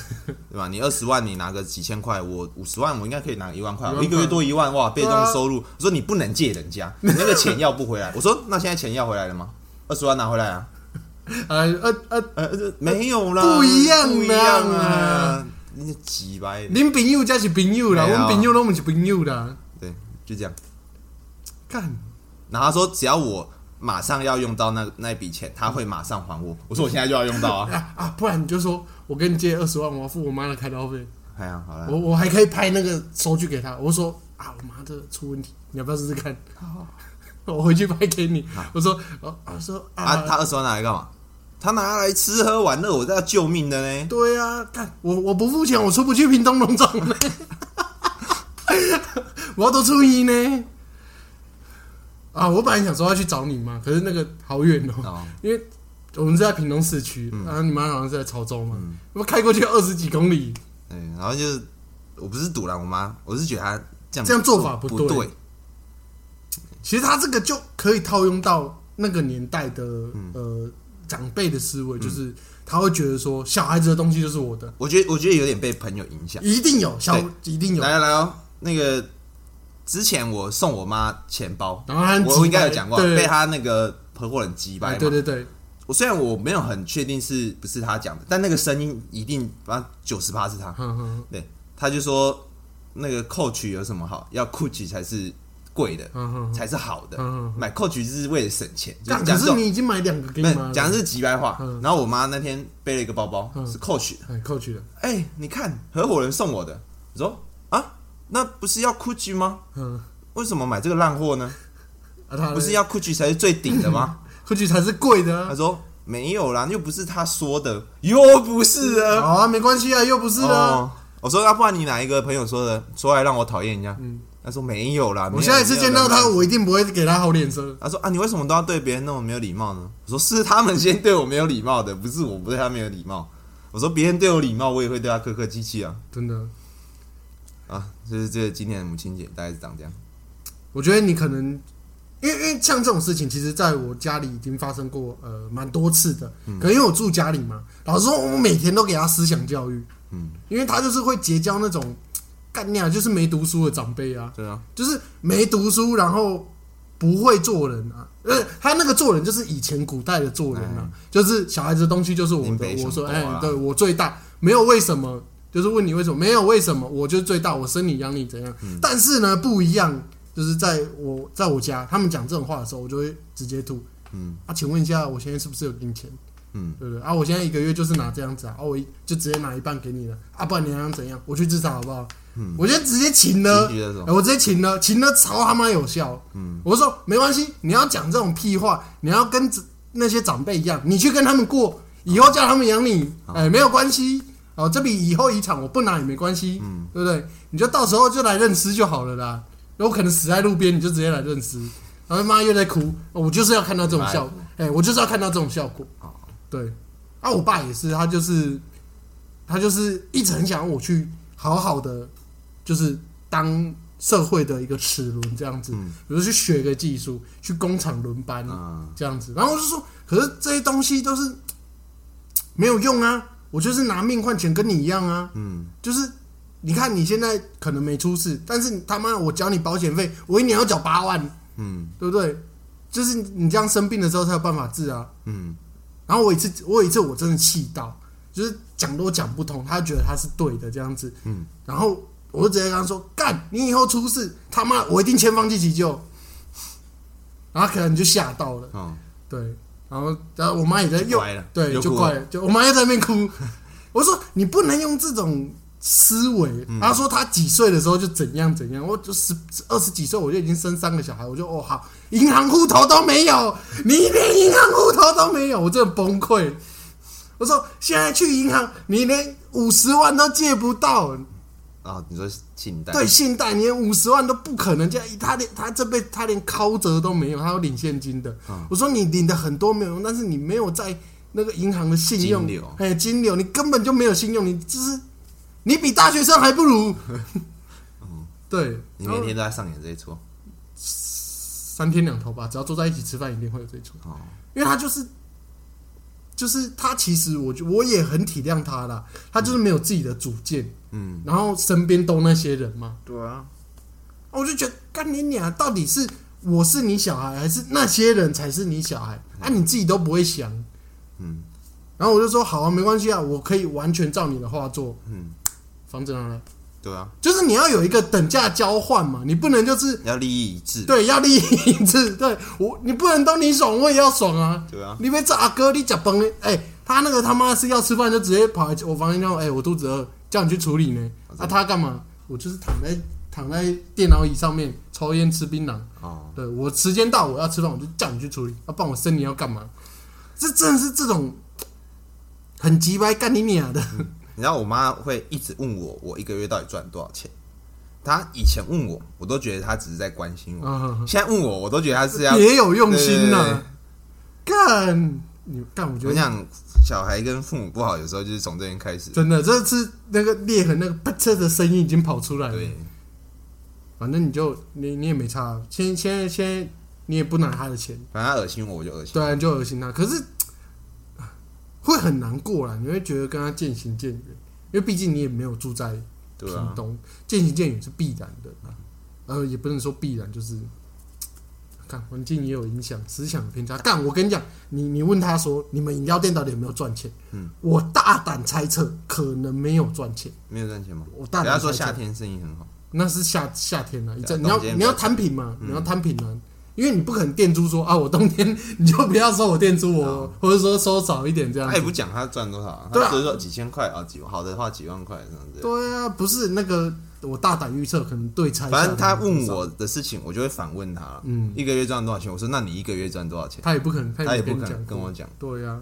Speaker 4: 对吧？你二十万你拿个几千块，我五十万我应该可以拿一万块啊，
Speaker 3: 一万
Speaker 4: 我
Speaker 3: 块
Speaker 4: 一个月多一万哇，被
Speaker 3: 对啊
Speaker 4: 动收入。我说你不能借人家，你那个钱要不回来。我说那现在钱要回来了吗？二十万拿回来啊。
Speaker 3: 呃呃呃，
Speaker 4: 呃，这没有啦，
Speaker 3: 不一样啦
Speaker 4: 不一样啊，你几白的，
Speaker 3: 林朋友才是朋友啦，我
Speaker 4: 没有
Speaker 3: 们朋友都不是朋友啦，
Speaker 4: 对，就这样。
Speaker 3: 干，
Speaker 4: 然后他说，只要我马上要用到那那笔钱，他会马上还我。我说我现在就要用到啊
Speaker 3: 啊，啊，不然你就说我跟你借二十万，我要付我妈的开刀费，
Speaker 4: 哎呀，好了
Speaker 3: 我，我还可以拍那个收据给他，我说啊，我妈这个出问题，你要不要试试看？ 我回去拍给你。我说，哦，我说
Speaker 4: 啊，
Speaker 3: 啊，
Speaker 4: 他二十万拿来干嘛？他拿来吃喝玩乐，我这要救命的呢。
Speaker 3: 对啊，看我我不付钱，我出不去屏东农场 呢，我要多出一呢。啊，我本来想说要去找你嘛，可是那个好远哦、
Speaker 4: 哦
Speaker 3: 因为我们是在屏东市区，然后你妈好像是在潮州嘛，我开过去二十几公里，
Speaker 4: 对，然后就是，我不是堵拦我妈，我是觉得他这样
Speaker 3: 这样做法
Speaker 4: 不
Speaker 3: 不
Speaker 4: 对
Speaker 3: 对其实他这个就可以套用到那个年代的、
Speaker 4: 嗯
Speaker 3: 呃长辈的思维，就是他会觉得说小孩子的东西就是我的，
Speaker 4: 我觉得我觉得有点被朋友影响。
Speaker 3: 一定有小一定有。
Speaker 4: 来哦来哦，那个之前我送我妈钱包，
Speaker 3: 然后她很鸡
Speaker 4: 我
Speaker 3: 掰
Speaker 4: 应该有讲过，
Speaker 3: 啊对
Speaker 4: 被她那个合伙人击败
Speaker 3: 哎
Speaker 4: 嘛。
Speaker 3: 对对对，
Speaker 4: 我虽然我没有很确定是不是他讲的，但那个声音一定把九十趴是他。
Speaker 3: 哼哼
Speaker 4: 对，他就说那个 Coach 有什么好，要 Coach 才是贵的，
Speaker 3: 哼哼。
Speaker 4: 才是好的
Speaker 3: 嗯嗯嗯。
Speaker 4: 买 Coach 就是为了省钱，就
Speaker 3: 干
Speaker 4: 是
Speaker 3: 可
Speaker 4: 讲这
Speaker 3: 是
Speaker 4: 种。
Speaker 3: 你已经买两个给
Speaker 4: 不
Speaker 3: 你
Speaker 4: 是
Speaker 3: 妈了，
Speaker 4: 讲的是几白话
Speaker 3: 嗯，
Speaker 4: 然后我妈那天背了一个包包
Speaker 3: 嗯
Speaker 4: 是 Coach 的，
Speaker 3: 哎，扣去了，
Speaker 4: 哎、你看合伙人送我的，我说啊，那不是要 Gucci 吗？
Speaker 3: 嗯，
Speaker 4: 为什么买这个烂货呢？
Speaker 3: 啊，他
Speaker 4: 不是要 Gucci 才是最顶的吗？
Speaker 3: 或许才是贵的
Speaker 4: 他
Speaker 3: 啊，
Speaker 4: 说没有啦，又不是他说的，又不是啊。
Speaker 3: 好啊，没关系啊，又不是啊。
Speaker 4: 哦，我说要不然你哪一个朋友说的，说来让我讨厌一下？他说没有啦。
Speaker 3: 嗯我下一次见到他，
Speaker 4: 我。
Speaker 3: 我一定不会给他好脸色。
Speaker 4: 他说啊，你为什么都要对别人那么没有礼貌呢？我说是他们先对我没有礼貌的，不是我不对他没有礼貌。我说别人对我礼貌，我也会对他客客气气啊
Speaker 3: 真的，
Speaker 4: 啊！就是这个今年的母亲节大概是长这样。
Speaker 3: 我觉得你可能，因为因为像这种事情，其实在我家里已经发生过呃蛮多次的。可能因为我住家里嘛，老实说，我每天都给他思想教育。
Speaker 4: 嗯，
Speaker 3: 因为他就是会结交那种干娘，就是没读书的长辈啊，
Speaker 4: 对啊，
Speaker 3: 就是没读书，然后不会做人啊。呃，他那个做人就是以前古代的做人
Speaker 4: 哎
Speaker 3: 啊，就是小孩子的东西就是我
Speaker 4: 林
Speaker 3: 的
Speaker 4: 北，
Speaker 3: 我
Speaker 4: 什
Speaker 3: 说
Speaker 4: 么
Speaker 3: 哎
Speaker 4: 都啊，
Speaker 3: 对我最大，没有为什么，就是问你为什么，没有为什么，我就是最大，我生你养你怎样。
Speaker 4: 嗯
Speaker 3: 但是呢，不一样，就是在我在我家，他们讲这种话的时候，我就会直接吐。
Speaker 4: 嗯
Speaker 3: 啊，请问一下，我现在是不是有零钱？
Speaker 4: 嗯，
Speaker 3: 对不对？啊，我现在一个月就是拿这样子啊，啊，我一就直接拿一半给你了，啊，不然你还想怎样？我去自杀好不好？嗯，我就直接请了，
Speaker 4: 情绪勒索
Speaker 3: 哎我直接请了，请了超他妈有效。嗯，我说没关系，你要讲这种屁话，你要跟这那些长辈一样，你去跟他们过，以后叫他们养你，哎、没有关系。哦，这笔以后遗产我不拿也没关系，嗯、对不对？你就到时候就来认尸就好了啦。有可能死在路边，你就直接来认尸，然后妈又在哭、哦我就是要看到这种效果，哎、我就是要看到这种效果。对，啊，我爸也是，他就是他就是一直很想要我去好好的，就是当社会的一个齿轮这样子，比如说去学个技术，去工厂轮班
Speaker 4: 嗯啊
Speaker 3: 这样子。然后我就说，可是这些东西都是没有用啊，我就是拿命换钱，跟你一样啊。
Speaker 4: 嗯，
Speaker 3: 就是你看你现在可能没出事，但是你他妈我缴你保险费，我一年要缴八万，
Speaker 4: 嗯
Speaker 3: 对不对？就是你这样生病的时候才有办法治啊。
Speaker 4: 嗯
Speaker 3: 然后我有一次，我有一次我真的气到，就是讲都讲不通，他觉得他是对的这样子，
Speaker 4: 嗯，
Speaker 3: 然后我就直接跟他说：“干，你以后出事，他妈我一定千方计急救。”然后可能就吓到了，
Speaker 4: 哦，
Speaker 3: 对，然后然后我妈也在又
Speaker 4: 乖了
Speaker 3: 对，
Speaker 4: 又
Speaker 3: 就
Speaker 4: 哭
Speaker 3: 怪了，就我妈又在那边哭， 我说你不能用这种。思维，
Speaker 4: 嗯
Speaker 3: 他说他几岁的时候就怎样怎样，我就十二十几岁我就已经生三个小孩，我就哦好，银行户头都没有，你连银行户头都没有，我真的崩溃。我说现在去银行，你连五十万都借不到，
Speaker 4: 啊，你说信贷
Speaker 3: 对，信贷你连五十万都不可能，这样他连他这辈子他连拷折都没有，他要领现金的。
Speaker 4: 啊
Speaker 3: 我说你领的很多没有用，但是你没有在那个银行的信用
Speaker 4: 金流
Speaker 3: 哎金流，你根本就没有信用，你就是你比大学生还不 如。对，
Speaker 4: 哦你
Speaker 3: 然后
Speaker 4: 每天都在上演这一出
Speaker 3: 三天两头吧，只要坐在一起吃饭，一定会有这种。
Speaker 4: 哦，
Speaker 3: 因为他就是就是他，其实我就我也很体谅他啦，他就是没有自己的主见，
Speaker 4: 嗯，
Speaker 3: 然后身边都那些人嘛，
Speaker 4: 对啊，
Speaker 3: 我就觉得干你娘，到底是我是你小孩，还是那些人才是你小孩？啊，你自己都不会想。
Speaker 4: 嗯
Speaker 3: 然后我就说好啊，没关系啊，我可以完全照你的话做。
Speaker 4: 嗯，
Speaker 3: 房子拿来，
Speaker 4: 对啊，
Speaker 3: 就是你要有一个等价交换嘛，你不能就是
Speaker 4: 要利益一致，
Speaker 3: 对要利益一致，对我你不能都你爽我也要爽啊。
Speaker 4: 对啊，
Speaker 3: 你被这阿哥你假崩的哎、他那个他妈是要吃饭就直接跑来我房间叫我哎、我肚子饿，叫你去处理呢。啊，他干嘛？我就是躺在躺在电脑椅上面抽烟吃槟榔。
Speaker 4: 哦，
Speaker 3: 对我时间到我要吃饭，我就叫你去处理，要、啊、不然我生你要干嘛？这真的是这种很急白干你娘的，
Speaker 4: 你知道我妈会一直问我，我一个月到底赚多少钱？她以前问我，我都觉得她只是在关心我，
Speaker 3: 嗯
Speaker 4: 现在问我，我都觉得她是要
Speaker 3: 别有用心呐、
Speaker 4: 对对对
Speaker 3: 干你干，我觉
Speaker 4: 我
Speaker 3: 得
Speaker 4: 想，小孩跟父母不好，有时候就是从这边开始。
Speaker 3: 真的这次那个裂痕那个啪嚓的声音已经跑出来了。
Speaker 4: 对，
Speaker 3: 反正你就你你也没差，现现在现在你也不拿他的钱，
Speaker 4: 反正他恶心我，我就恶心。
Speaker 3: 对啊，你就恶心他。可是 会很难过啦，你会觉得跟他渐行渐远，因为毕竟你也没有住在
Speaker 4: 对
Speaker 3: 屏
Speaker 4: 啊，
Speaker 3: 东，渐行渐远是必然的。呃，也不能说必然，就是看环境也有影响，思想有偏差。干，我跟你讲，你你问他说，你们饮料店到底有没有赚钱？
Speaker 4: 嗯，
Speaker 3: 我大胆猜测，可能没有没有赚钱。
Speaker 4: 没有赚钱吗？
Speaker 3: 我大
Speaker 4: 人
Speaker 3: 胆
Speaker 4: 家
Speaker 3: 猜
Speaker 4: 说
Speaker 3: 测嗯
Speaker 4: 夏天生意很好，
Speaker 3: 那是夏夏天了、啊，一
Speaker 4: 对啊
Speaker 3: 阵你要
Speaker 4: 冬天
Speaker 3: 你要
Speaker 4: 比较嗯
Speaker 3: 摊平嘛，你要摊平啊，因为你不可能店租说啊，我冬天 你就不要收我店租我，或者说收少一点这样
Speaker 4: 他
Speaker 3: 子
Speaker 4: 也。啊哎不讲他赚多少啊，
Speaker 3: 对啊
Speaker 4: 他只是说几千块啊，几好的话几万块这样子。
Speaker 3: 对啊，不是那个我大胆预测，可能对拆。
Speaker 4: 反正他问，我的事情，我就会反问他。嗯，一个月赚多少钱？我说那你一个月赚多少钱？
Speaker 3: 他也不可能，
Speaker 4: 他也
Speaker 3: 没
Speaker 4: 不可
Speaker 3: 跟你
Speaker 4: 能
Speaker 3: 讲
Speaker 4: 跟
Speaker 3: 过
Speaker 4: 我讲。哎
Speaker 3: 对呀、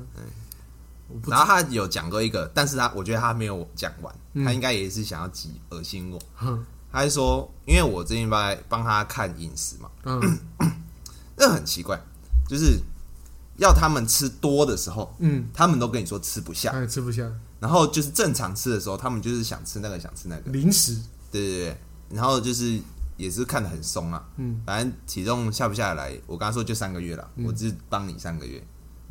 Speaker 3: 我不知
Speaker 4: 然后他有讲过一个，但是他我觉得他没有讲完，
Speaker 3: 嗯
Speaker 4: 他应该也是想要激恶心我。
Speaker 3: 哼
Speaker 4: 他就说，因为我最近在帮他看饮食嘛，
Speaker 3: 嗯
Speaker 4: 那很奇怪，就是要他们吃多的时候，
Speaker 3: 嗯，
Speaker 4: 他们都跟你说吃不下，
Speaker 3: 他也吃不下
Speaker 4: 然后就是正常吃的时候，他们就是想吃那个想吃那个，
Speaker 3: 零食，
Speaker 4: 对对对，然后就是也是看得很松啊，
Speaker 3: 嗯，
Speaker 4: 反正体重下不下来，我刚刚说就三个月了，我只帮你三个月，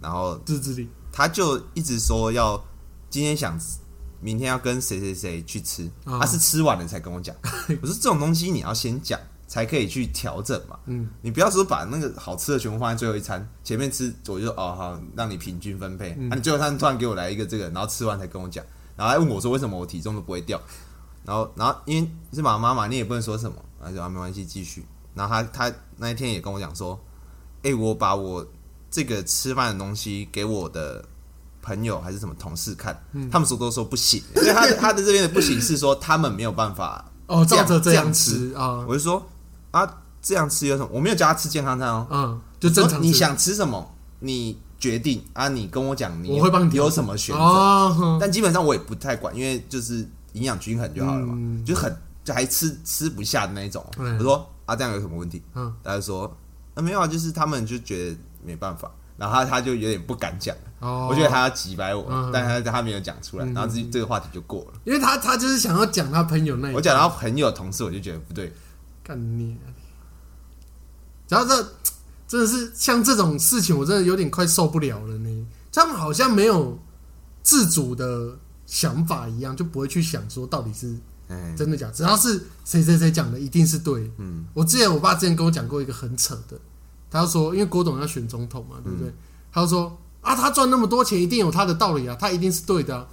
Speaker 4: 然后
Speaker 3: 自制力
Speaker 4: 他就一直说要今天想吃，明天要跟谁谁谁去吃，
Speaker 3: 啊
Speaker 4: 他是吃完了才跟我 讲。我说这种东西你要先讲，才可以去调整嘛。
Speaker 3: 嗯，
Speaker 4: 你不要说把那个好吃的全部放在最后一餐，前面吃我就哦好，让你平均分配。
Speaker 3: 嗯
Speaker 4: 啊，你最后餐突然给我来一个这个，然后吃完才跟我讲，然后还问我说为什么我体重都不会掉，然后然后因为是妈妈嘛，你也不能说什么，然后就啊没关系继续。然后他他那一天也跟我讲说，哎、我把我这个吃饭的东西给我的朋友还是什么同事看，
Speaker 3: 嗯
Speaker 4: 他们说都说不行，因为他的他的这边的不行是说他们没有办法
Speaker 3: 哦，照着
Speaker 4: 这
Speaker 3: 样
Speaker 4: 样
Speaker 3: 吃啊，
Speaker 4: 我就说啊，这样吃有什么？我没有叫他吃健康餐哦，
Speaker 3: 嗯，就正
Speaker 4: 说
Speaker 3: 常吃。
Speaker 4: 你想吃什么，你决定啊，你跟我讲，你
Speaker 3: 我会帮你调
Speaker 4: 有
Speaker 3: 整
Speaker 4: 什么选择。
Speaker 3: 哦，哼
Speaker 4: 但基本上我也不太管，因为就是营养均衡就好了嘛，就很就还吃吃不下的那一种。
Speaker 3: 嗯
Speaker 4: 我说啊，这样有什么问题？
Speaker 3: 嗯
Speaker 4: 他就说啊没有啊，就是他们就觉得没办法，然后他他就有点不敢讲。
Speaker 3: 哦，
Speaker 4: 我觉得他要挤白我，
Speaker 3: 嗯
Speaker 4: 但他他没有讲出来，然后这这个话题就过了。
Speaker 3: 因为他他就是想要讲他朋友那一
Speaker 4: 我讲到朋友同事，我就觉得不对，
Speaker 3: 干你啊，然后这真的是像这种事情，我真的有点快受不了了呢。他们好像没有自主的想法一样，就不会去想说到底是
Speaker 4: 哎，
Speaker 3: 真的假的只要是谁谁谁讲的，一定是对。嗯，我之前我爸之前跟我讲过一个很扯的，他就说，因为郭董要选总统嘛，对不对？他就说啊，他赚那么多钱，一定有他的道理啊，他一定是对的啊、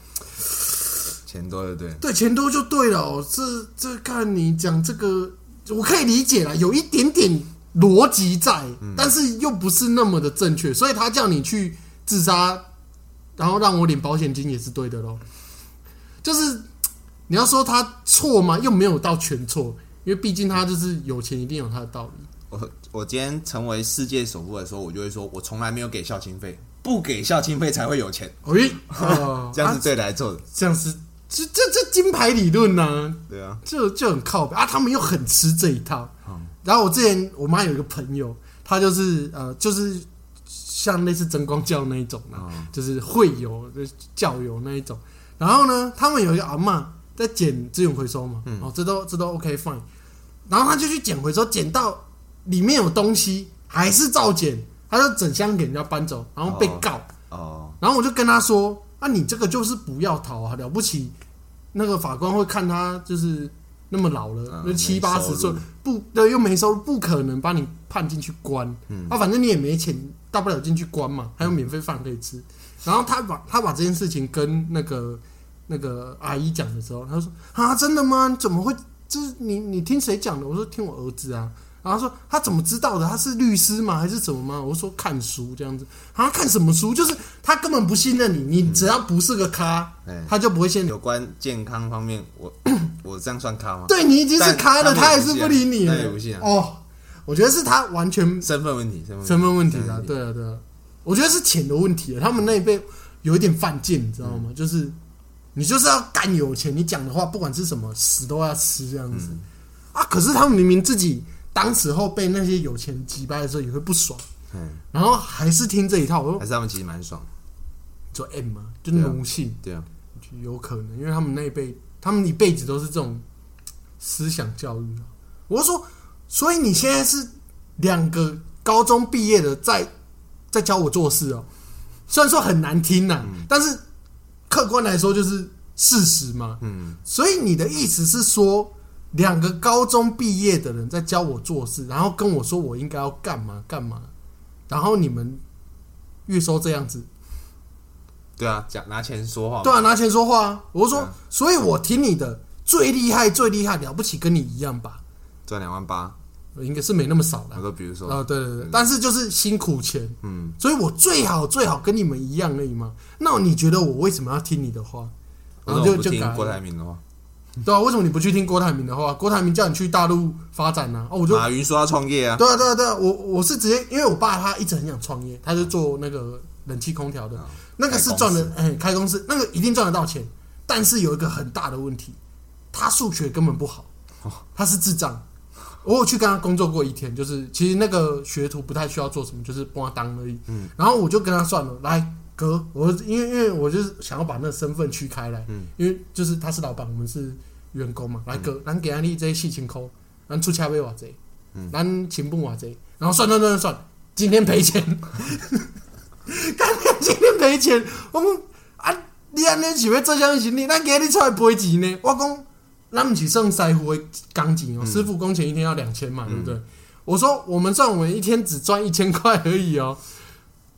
Speaker 4: 钱多对不对？
Speaker 3: 对，钱多就对了、哦。这这看你讲这个，我可以理解啦，有一点点逻辑在，
Speaker 4: 嗯
Speaker 3: 但是又不是那么的正确，所以他叫你去自杀，然后让我领保险金也是对的咯。就是你要说他错吗？又没有到全错，因为毕竟他就是有钱，一定有他的道理。
Speaker 4: 我我今天成为世界首富的时候，我就会说，我从来没有给孝亲费，不给孝亲费才会有钱，
Speaker 3: 哦咦，哦
Speaker 4: 这样
Speaker 3: 啊
Speaker 4: 是对来做的，
Speaker 3: 这样是这这这金牌理论呢、
Speaker 4: 对啊，
Speaker 3: 就就很靠北啊，他们又很吃这一套。然后我之前我妈有一个朋友，她就是呃，就是像类似真光教那一种啦，就是会友、就是教友那一种。然后呢，他们有一个阿嬷在捡资源回收嘛，哦，这都这都 OK fine。然后他就去捡回收，捡到里面有东西还是照捡，他就整箱给人家搬走，然后被
Speaker 4: 哦
Speaker 3: 告。
Speaker 4: 哦，
Speaker 3: 然后我就跟他说：“啊，你这个就是不要逃啊，了不起，那个法官会看他就是那么老了，
Speaker 4: 嗯
Speaker 3: 那七八十
Speaker 4: 没收
Speaker 3: 岁
Speaker 4: 入，
Speaker 3: 不对，又没收入，不可能把你判进去关。啊，反正你也没钱，大不了进去关嘛，还有免费饭可以吃。然后他把他把这件事情跟那个那个阿姨讲的时候，他说：啊，真的吗？你怎么会？这是你你听谁讲的？我说听我儿子啊。”然后他说他怎么知道的？他是律师吗？还是怎么吗？我说看书这样子。啊，看什么书？就是他根本不信任你，你只要不是个咖，
Speaker 4: 哎
Speaker 3: 他就不会先
Speaker 4: 有关健康方面， 我我这样算咖吗？
Speaker 3: 对你已经是咖了，
Speaker 4: 但
Speaker 3: 他还是不理你了
Speaker 4: 但也不信啊嗯
Speaker 3: 哦，我觉得是他完全
Speaker 4: 身份问题，身份
Speaker 3: 身份问题
Speaker 4: 身份
Speaker 3: 啦，对啊对啊，我觉得是钱的问题啊了，他们那一辈有一点犯贱，你知道
Speaker 4: 嗯
Speaker 3: 吗？就是你就是要干有钱，你讲的话不管是什么，死都要吃这样子、
Speaker 4: 嗯
Speaker 3: 啊。可是他们明明自己当时候被那些有钱击败的时候也会不爽，
Speaker 4: 嗯，
Speaker 3: 然后还是听这一套，
Speaker 4: 还
Speaker 3: 我说
Speaker 4: 是他们其实蛮爽，
Speaker 3: 做 M 嘛，就奴性。
Speaker 4: 对啊，
Speaker 3: 有可能，因为他们那一辈，他们一辈子都是这种思想教育啊。我是说，所以你现在是两个高中毕业的在在教我做事哦，虽然说很难听呐、但是客观来说就是事实嘛。
Speaker 4: 嗯，
Speaker 3: 所以你的意思是说，两个高中毕业的人在教我做事，然后跟我说我应该要干嘛干嘛，然后你们月收这样子，
Speaker 4: 对啊，讲拿钱说话嘛，
Speaker 3: 对啊，拿钱说话啊！我就说，
Speaker 4: 对啊
Speaker 3: 所以我听你的最厉害，最厉害，了不起，跟你一样吧？
Speaker 4: 赚两万八，
Speaker 3: 应该是没那么少
Speaker 4: 我
Speaker 3: 了。
Speaker 4: 说比如
Speaker 3: 啊，
Speaker 4: 说，
Speaker 3: 对对对，但是就是辛苦钱，
Speaker 4: 嗯，
Speaker 3: 所以我最好最好跟你们一样而已嘛。那你觉得我为什么要听你的话？
Speaker 4: 我
Speaker 3: 然后
Speaker 4: 说我
Speaker 3: 就
Speaker 4: 不
Speaker 3: 就
Speaker 4: 听
Speaker 3: 改
Speaker 4: 郭台铭的话，
Speaker 3: 对啊，为什么你不去听郭台铭的话？郭台铭叫你去大陆发展呢、啊？哦，我就
Speaker 4: 马云说要创业啊，
Speaker 3: 对啊，对啊，对啊，我我是直接，因为我爸他一直很想创业，他就做那个冷气空调的，那个是赚的，哎、啊开公司那个一定赚得到钱，但是有一个很大的问题，他数学根本不好，他是智障。我有去跟他工作过一天，就是其实那个学徒不太需要做什么，就是帮他当而已。嗯，然后我就跟他算了，来哥，我因为因为我就是想要把那个身份区开来，嗯，因为就是他是老板，我们是员工嘛，来哥，咱给安利这些细情抠，咱出车费偌济，咱钱本偌济，然后算算算算，今天赔钱， 干你今天赔钱，我讲啊，你安尼想要做啥物生意？咱今日出来赔钱呢？我讲，咱毋是算师傅的工钱哦、师傅工钱一天要两千嘛，对不对？我说我们算我们一天只赚一千块而已哦、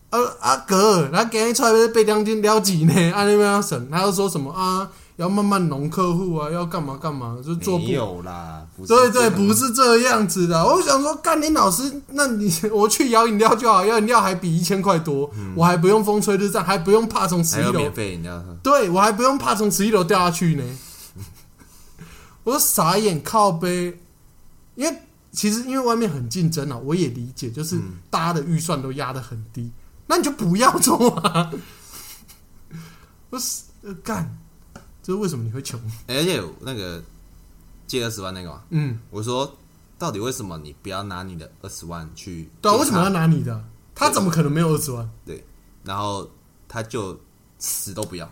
Speaker 3: 啊啊哥，他今日出来被两斤了几呢？安尼要省，他又说什么啊？要慢慢弄客户啊，要干嘛干嘛，就做不
Speaker 4: 没有啦，不是
Speaker 3: 对
Speaker 4: 这
Speaker 3: 对，
Speaker 4: 样
Speaker 3: 不是这样子的。我想说，甘霖老师，那你 我去摇饮料就好，摇饮料还比一千块多，我还不用风吹日晒，还不用怕从
Speaker 4: 嗯
Speaker 3: 十
Speaker 4: 还
Speaker 3: 一
Speaker 4: 有
Speaker 3: 楼
Speaker 4: 免，费饮料喝，
Speaker 3: 对我还不用怕从十一楼掉下去呢。 我说傻眼靠背，因为其实因为外面很竞争啊，我也理解，
Speaker 4: 嗯
Speaker 3: 就是大家的预算都压得很低，那你就不要做啊。 我是呃干，这是为什么你会穷？
Speaker 4: 哎而且有那个借二十万那个嘛，
Speaker 3: 嗯，
Speaker 4: 我说到底为什么你不要拿你的二十万去？
Speaker 3: 对啊，为什么要？拿你的啊？他怎么可能没有二十万？
Speaker 4: 对，然后他就死都不要，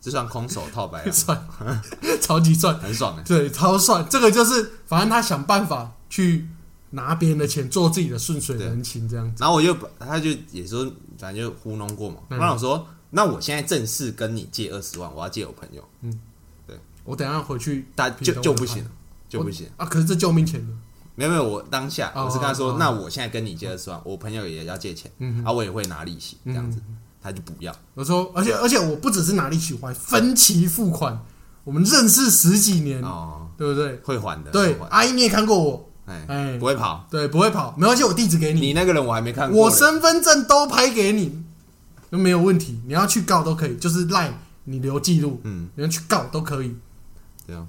Speaker 4: 就算空手套白狼， 啊
Speaker 3: 算，超级算，
Speaker 4: 很爽哎、
Speaker 3: 对，超算。这个就是，反正他想办法去拿别人的钱做自己的顺水人情这样子。
Speaker 4: 然后我就把他就也说，反正就糊弄过嘛。
Speaker 3: 嗯
Speaker 4: 然后我说，那我现在正式跟你借二十万，我要借我朋友，
Speaker 3: 我等一下回去
Speaker 4: 他就
Speaker 3: 屏东
Speaker 4: 就
Speaker 3: 看
Speaker 4: 不行了，就不行。
Speaker 3: 啊！可是这救命钱呢？
Speaker 4: 没有没有，我当下
Speaker 3: 哦
Speaker 4: 我是跟他说，
Speaker 3: 哦哦
Speaker 4: 那我现在跟你借二十万，我朋友也要借钱，
Speaker 3: 嗯
Speaker 4: 啊，我也会拿利息这样子，他就不要。
Speaker 3: 我说，而且而且我不只是拿利息还分期付款，我们认识十几年，
Speaker 4: 哦，
Speaker 3: 对不对？
Speaker 4: 会还的，
Speaker 3: 对
Speaker 4: 会，还，
Speaker 3: 阿姨你也看过我，
Speaker 4: 哎
Speaker 3: 哎，
Speaker 4: 不会跑。
Speaker 3: 对，不会跑，没关系，我地址给
Speaker 4: 你那个人我还没看过嘞，
Speaker 3: 我身份证都拍给你，都没有问题。你要去告都可以，就是赖你留记录，
Speaker 4: 嗯，
Speaker 3: 你要去告都可以。
Speaker 4: 对啊，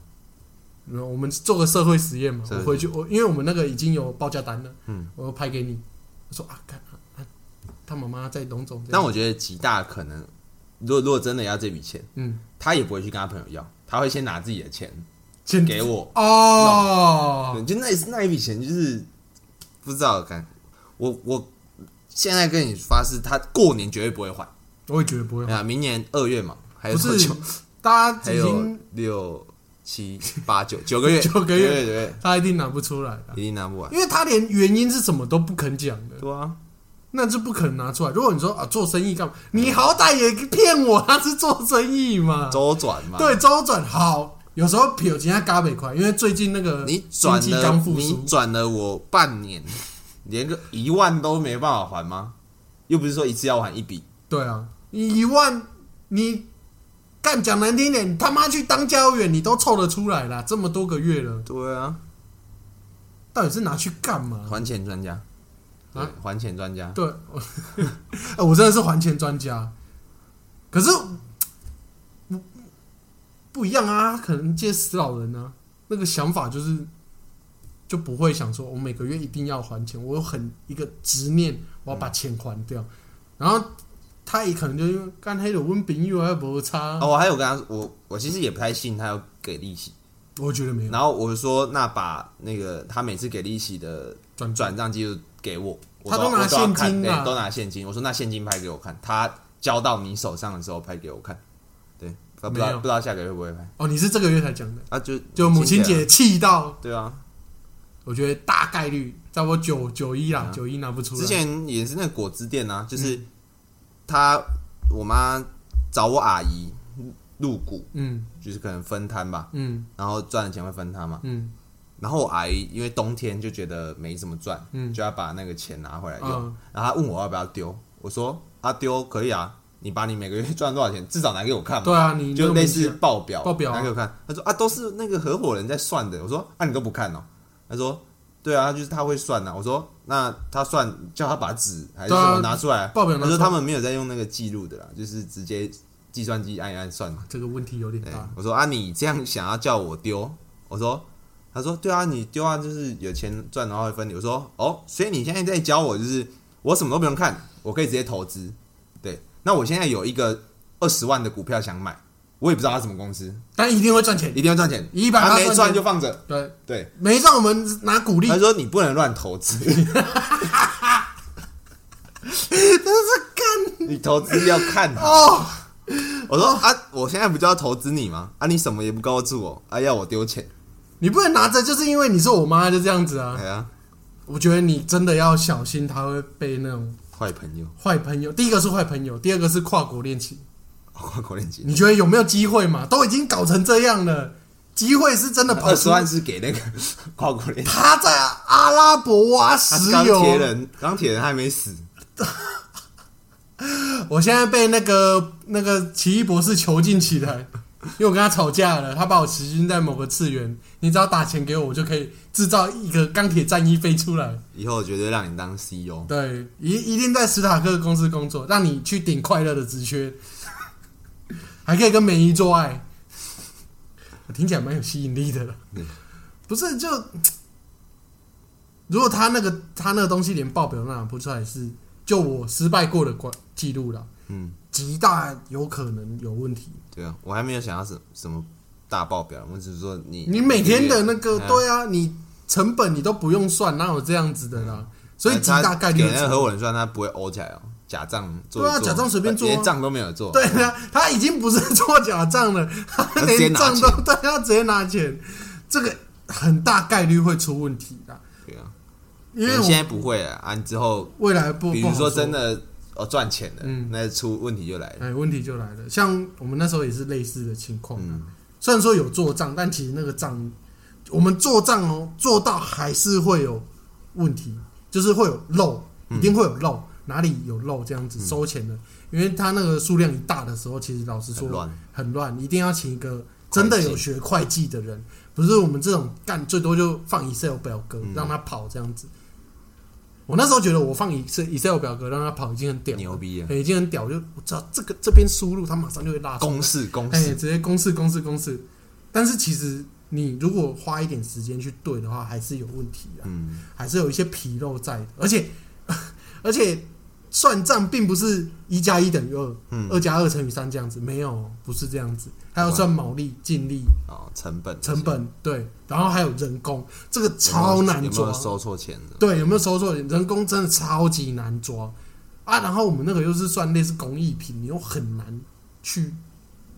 Speaker 3: 然嗯后我们做个社会实验嘛，
Speaker 4: 社
Speaker 3: 我
Speaker 4: 会
Speaker 3: 回去我因为我们那个已经有报价单了，
Speaker 4: 嗯，
Speaker 3: 我又拍给你，我说啊，看啊啊他妈妈在董总这
Speaker 4: 但
Speaker 3: 样，
Speaker 4: 我觉得极大可能，如果如果真的要这笔钱，
Speaker 3: 嗯，
Speaker 4: 他也不会去跟他朋友要，他会先拿自己的钱
Speaker 3: 先
Speaker 4: 给我。
Speaker 3: 嗯哦，
Speaker 4: 对就那一那一笔钱，就是不知道感，我我现在跟你发誓，他过年绝对不会还。
Speaker 3: 我也觉得不会
Speaker 4: 哎，呀，明年二月嘛，还有
Speaker 3: 嗯不
Speaker 4: 多
Speaker 3: 是
Speaker 4: 久？
Speaker 3: 大家
Speaker 4: 还
Speaker 3: 已
Speaker 4: 有
Speaker 3: 经
Speaker 4: 六七八九九个月，
Speaker 3: 九个月
Speaker 4: 对对
Speaker 3: 他一定拿不出来的
Speaker 4: 对，，一定拿不完。
Speaker 3: 因为他连原因是什么都不肯讲的。
Speaker 4: 对啊，
Speaker 3: 那就不可能拿出来。如果你说啊做生意干嘛，你好歹也骗我他是做生意嘛，
Speaker 4: 周转嘛，
Speaker 3: 对啊周转好。有时候有钱要嘎北快，因为最近那个
Speaker 4: 你
Speaker 3: 经
Speaker 4: 转
Speaker 3: 济
Speaker 4: 了
Speaker 3: 刚复
Speaker 4: 你
Speaker 3: 苏，
Speaker 4: 转了我半年，连个一万都没办法还吗？又不是说一次要还一笔，
Speaker 3: 对啊，你一万你干讲难听点，你他妈去当教务员你都凑得出来啦，这么多个月了，
Speaker 4: 对啊，
Speaker 3: 到底是拿去干嘛？
Speaker 4: 还钱专家，对，
Speaker 3: 啊
Speaker 4: 还钱专家，
Speaker 3: 对， 我哎我真的是还钱专家，可是嗯不一样啊，可能借死老人啊，那个想法就是就不会想说我每个月一定要还钱，我有很一个执念，我要把钱还掉，然后他也可能就因为干黑的温饼又还不差，啊
Speaker 4: 哦，我还有跟他说，我我其实也不太信他要给利息，
Speaker 3: 我觉得没有
Speaker 4: 然后我说那把那个他每次给利息的
Speaker 3: 转
Speaker 4: 转账记录给我，我
Speaker 3: 他都
Speaker 4: 要
Speaker 3: 拿
Speaker 4: 我要
Speaker 3: 现
Speaker 4: 看
Speaker 3: 金
Speaker 4: 对
Speaker 3: 啊
Speaker 4: 都拿现金。我说那现金拍给我看，他交到你手上的时候拍给我看，对，不知
Speaker 3: 没
Speaker 4: 道
Speaker 3: 有
Speaker 4: 不知道下个月会不会拍，
Speaker 3: 哦，你是这个月才讲的，
Speaker 4: 啊就
Speaker 3: 就母亲节气到，
Speaker 4: 对啊，
Speaker 3: 我觉得大概率在我九九一啦，
Speaker 4: 嗯
Speaker 3: 九一拿不出来，
Speaker 4: 之前也是那个果汁店
Speaker 3: 嗯
Speaker 4: 啊，就是他我妈找我阿姨入股，
Speaker 3: 嗯
Speaker 4: 就是可能分摊吧，
Speaker 3: 嗯
Speaker 4: 然后赚的钱会分摊嘛。
Speaker 3: 嗯
Speaker 4: 然后我阿姨因为冬天就觉得没怎么赚，
Speaker 3: 嗯
Speaker 4: 就要把那个钱拿回来用。
Speaker 3: 嗯
Speaker 4: 然后她问我要不要丢，我说啊丢可以啊，你把你每个月赚多少钱至少拿给我看嘛。
Speaker 3: 对啊，你
Speaker 4: 就
Speaker 3: 那个
Speaker 4: 类
Speaker 3: 明
Speaker 4: 似
Speaker 3: 细
Speaker 4: 报表，
Speaker 3: 报表啊
Speaker 4: 拿给我看。他说啊，都是那个合伙人在算的。我说啊，你都不看哦。他说对啊，就是他会算呐、我说那他算，叫他把纸还是
Speaker 3: 对
Speaker 4: 什
Speaker 3: 啊
Speaker 4: 么拿出来？
Speaker 3: 报表拿
Speaker 4: 他
Speaker 3: 出来
Speaker 4: 说他们没有在用那个记录的啦，就是直接计算机按一按算。
Speaker 3: 这个问题有点
Speaker 4: 对
Speaker 3: 大，，
Speaker 4: 我说啊，你这样想要叫我丢？我说，他说对啊，你丢啊，就是有钱赚然后会分你。我说哦，所以你现在在教我，就是我什么都不用看，我可以直接投资。对，那我现在有一个二十万的股票想买，我也不知道它什么公司，
Speaker 3: 但一定会赚钱。
Speaker 4: 一定要赚钱，
Speaker 3: 一百
Speaker 4: 它
Speaker 3: 八
Speaker 4: 没
Speaker 3: 赚钱
Speaker 4: 赚就放着。
Speaker 3: 对，
Speaker 4: 对，
Speaker 3: 没让我们拿鼓励
Speaker 4: 他，说你不能乱投资， 但是看你投资要看好。
Speaker 3: 哦，
Speaker 4: 我说啊，我现在不就要投资你吗？啊，你什么也不告诉我，啊，要我丢钱？
Speaker 3: 你不能拿着，就是因为你是我妈就这样子啊
Speaker 4: 哎。呀，
Speaker 3: 我觉得你真的要小心，她会被那种
Speaker 4: 坏朋友，
Speaker 3: 坏朋友。第一个是坏朋友，第二个是跨国恋情。
Speaker 4: 跨国恋情，
Speaker 3: 你觉得有没有机会嘛？都已经搞成这样了，机会是真的跑
Speaker 4: 二
Speaker 3: 出
Speaker 4: 十万。是给那个跨国恋情。
Speaker 3: 他在阿拉伯挖
Speaker 4: 他
Speaker 3: 石
Speaker 4: 是钢铁
Speaker 3: 油，
Speaker 4: 人，钢铁人还没死，
Speaker 3: 我现在被那个那个奇异博士囚禁起来，因为我跟他吵架了，他把我囚禁在某个次元。你只要打钱给我，我就可以制造一个钢铁战衣飞出来。
Speaker 4: 以后我绝对让你当 E CEO。
Speaker 3: 对，一一定在史塔克公司工作，让你去顶快乐的职缺， 还可以跟梅姨做爱，我听起来蛮有吸引力的了
Speaker 4: 嗯。
Speaker 3: 不是就，如果他那个他那个东西连报表都拿不出来是，就我失败过的关记录了，
Speaker 4: 嗯，
Speaker 3: 极大有可能有问题。
Speaker 4: 对啊，我还没有想要什什么大报表，我只是说你
Speaker 3: 你每天的那个
Speaker 4: 哎呀
Speaker 3: 对啊，你成本你都不用算，哪有这样子的啦？所以极大概率
Speaker 4: 给
Speaker 3: 的
Speaker 4: 那
Speaker 3: 成
Speaker 4: 个
Speaker 3: 本
Speaker 4: 合伙人算，嗯哎他不会欧起来哦，假账做一做呃
Speaker 3: 对啊假账随便做啊
Speaker 4: 连账都没有做，
Speaker 3: 对啊，他已经不是做假账了， 他
Speaker 4: 他直接
Speaker 3: 连
Speaker 4: 拿
Speaker 3: 账都
Speaker 4: 钱
Speaker 3: 对，他直接拿钱，这个很大概率会出问题的，
Speaker 4: 对啊，
Speaker 3: 因为
Speaker 4: 可能现在
Speaker 3: 我
Speaker 4: 不会了啊，你之后
Speaker 3: 未来不，
Speaker 4: 比
Speaker 3: 不
Speaker 4: 如
Speaker 3: 好
Speaker 4: 说
Speaker 3: 说
Speaker 4: 真，的哦赚钱了，
Speaker 3: 嗯
Speaker 4: 那出问题就来了，
Speaker 3: 哎，问题就来了。像我们那时候也是类似的情况啊，
Speaker 4: 嗯，
Speaker 3: 虽然说有做账，但其实那个账，我们做账哦，做到还是会有问题，就是会有漏，
Speaker 4: 嗯
Speaker 3: 一定会有漏，哪里有漏这样子收钱的，因为他那个数量一大的时候，其实老实说
Speaker 4: 很乱，
Speaker 3: 很乱，一定要请一个真的有学会计的人，不是我们这种干最多就放 Excel 表格、
Speaker 4: 嗯
Speaker 3: 让他跑这样子。我那时候觉得我放 Excel Excel 表格让他跑已经很屌了，
Speaker 4: 牛逼啊
Speaker 3: 哎已经很屌，就我知道这个这边输入，他马上就会拉出来
Speaker 4: 公式公
Speaker 3: 哎、
Speaker 4: 式，
Speaker 3: 直接公式公式公式。但是其实你如果花一点时间去对的话，还是有问题的，
Speaker 4: 嗯，
Speaker 3: 还是有一些纰漏在的。而且 而且算账并不是一加一等于二、
Speaker 4: 嗯
Speaker 3: 二加二乘以三这样子，没有，不是这样子，还要算毛利、净利、
Speaker 4: 哦，成本
Speaker 3: 成本，对，然后还有人工，这个超难
Speaker 4: 有没有
Speaker 3: 抓。
Speaker 4: 收错钱的？
Speaker 3: 对，有没有收错？人工真的超级难抓啊！然后我们那个又是算类似工艺品，你又很难去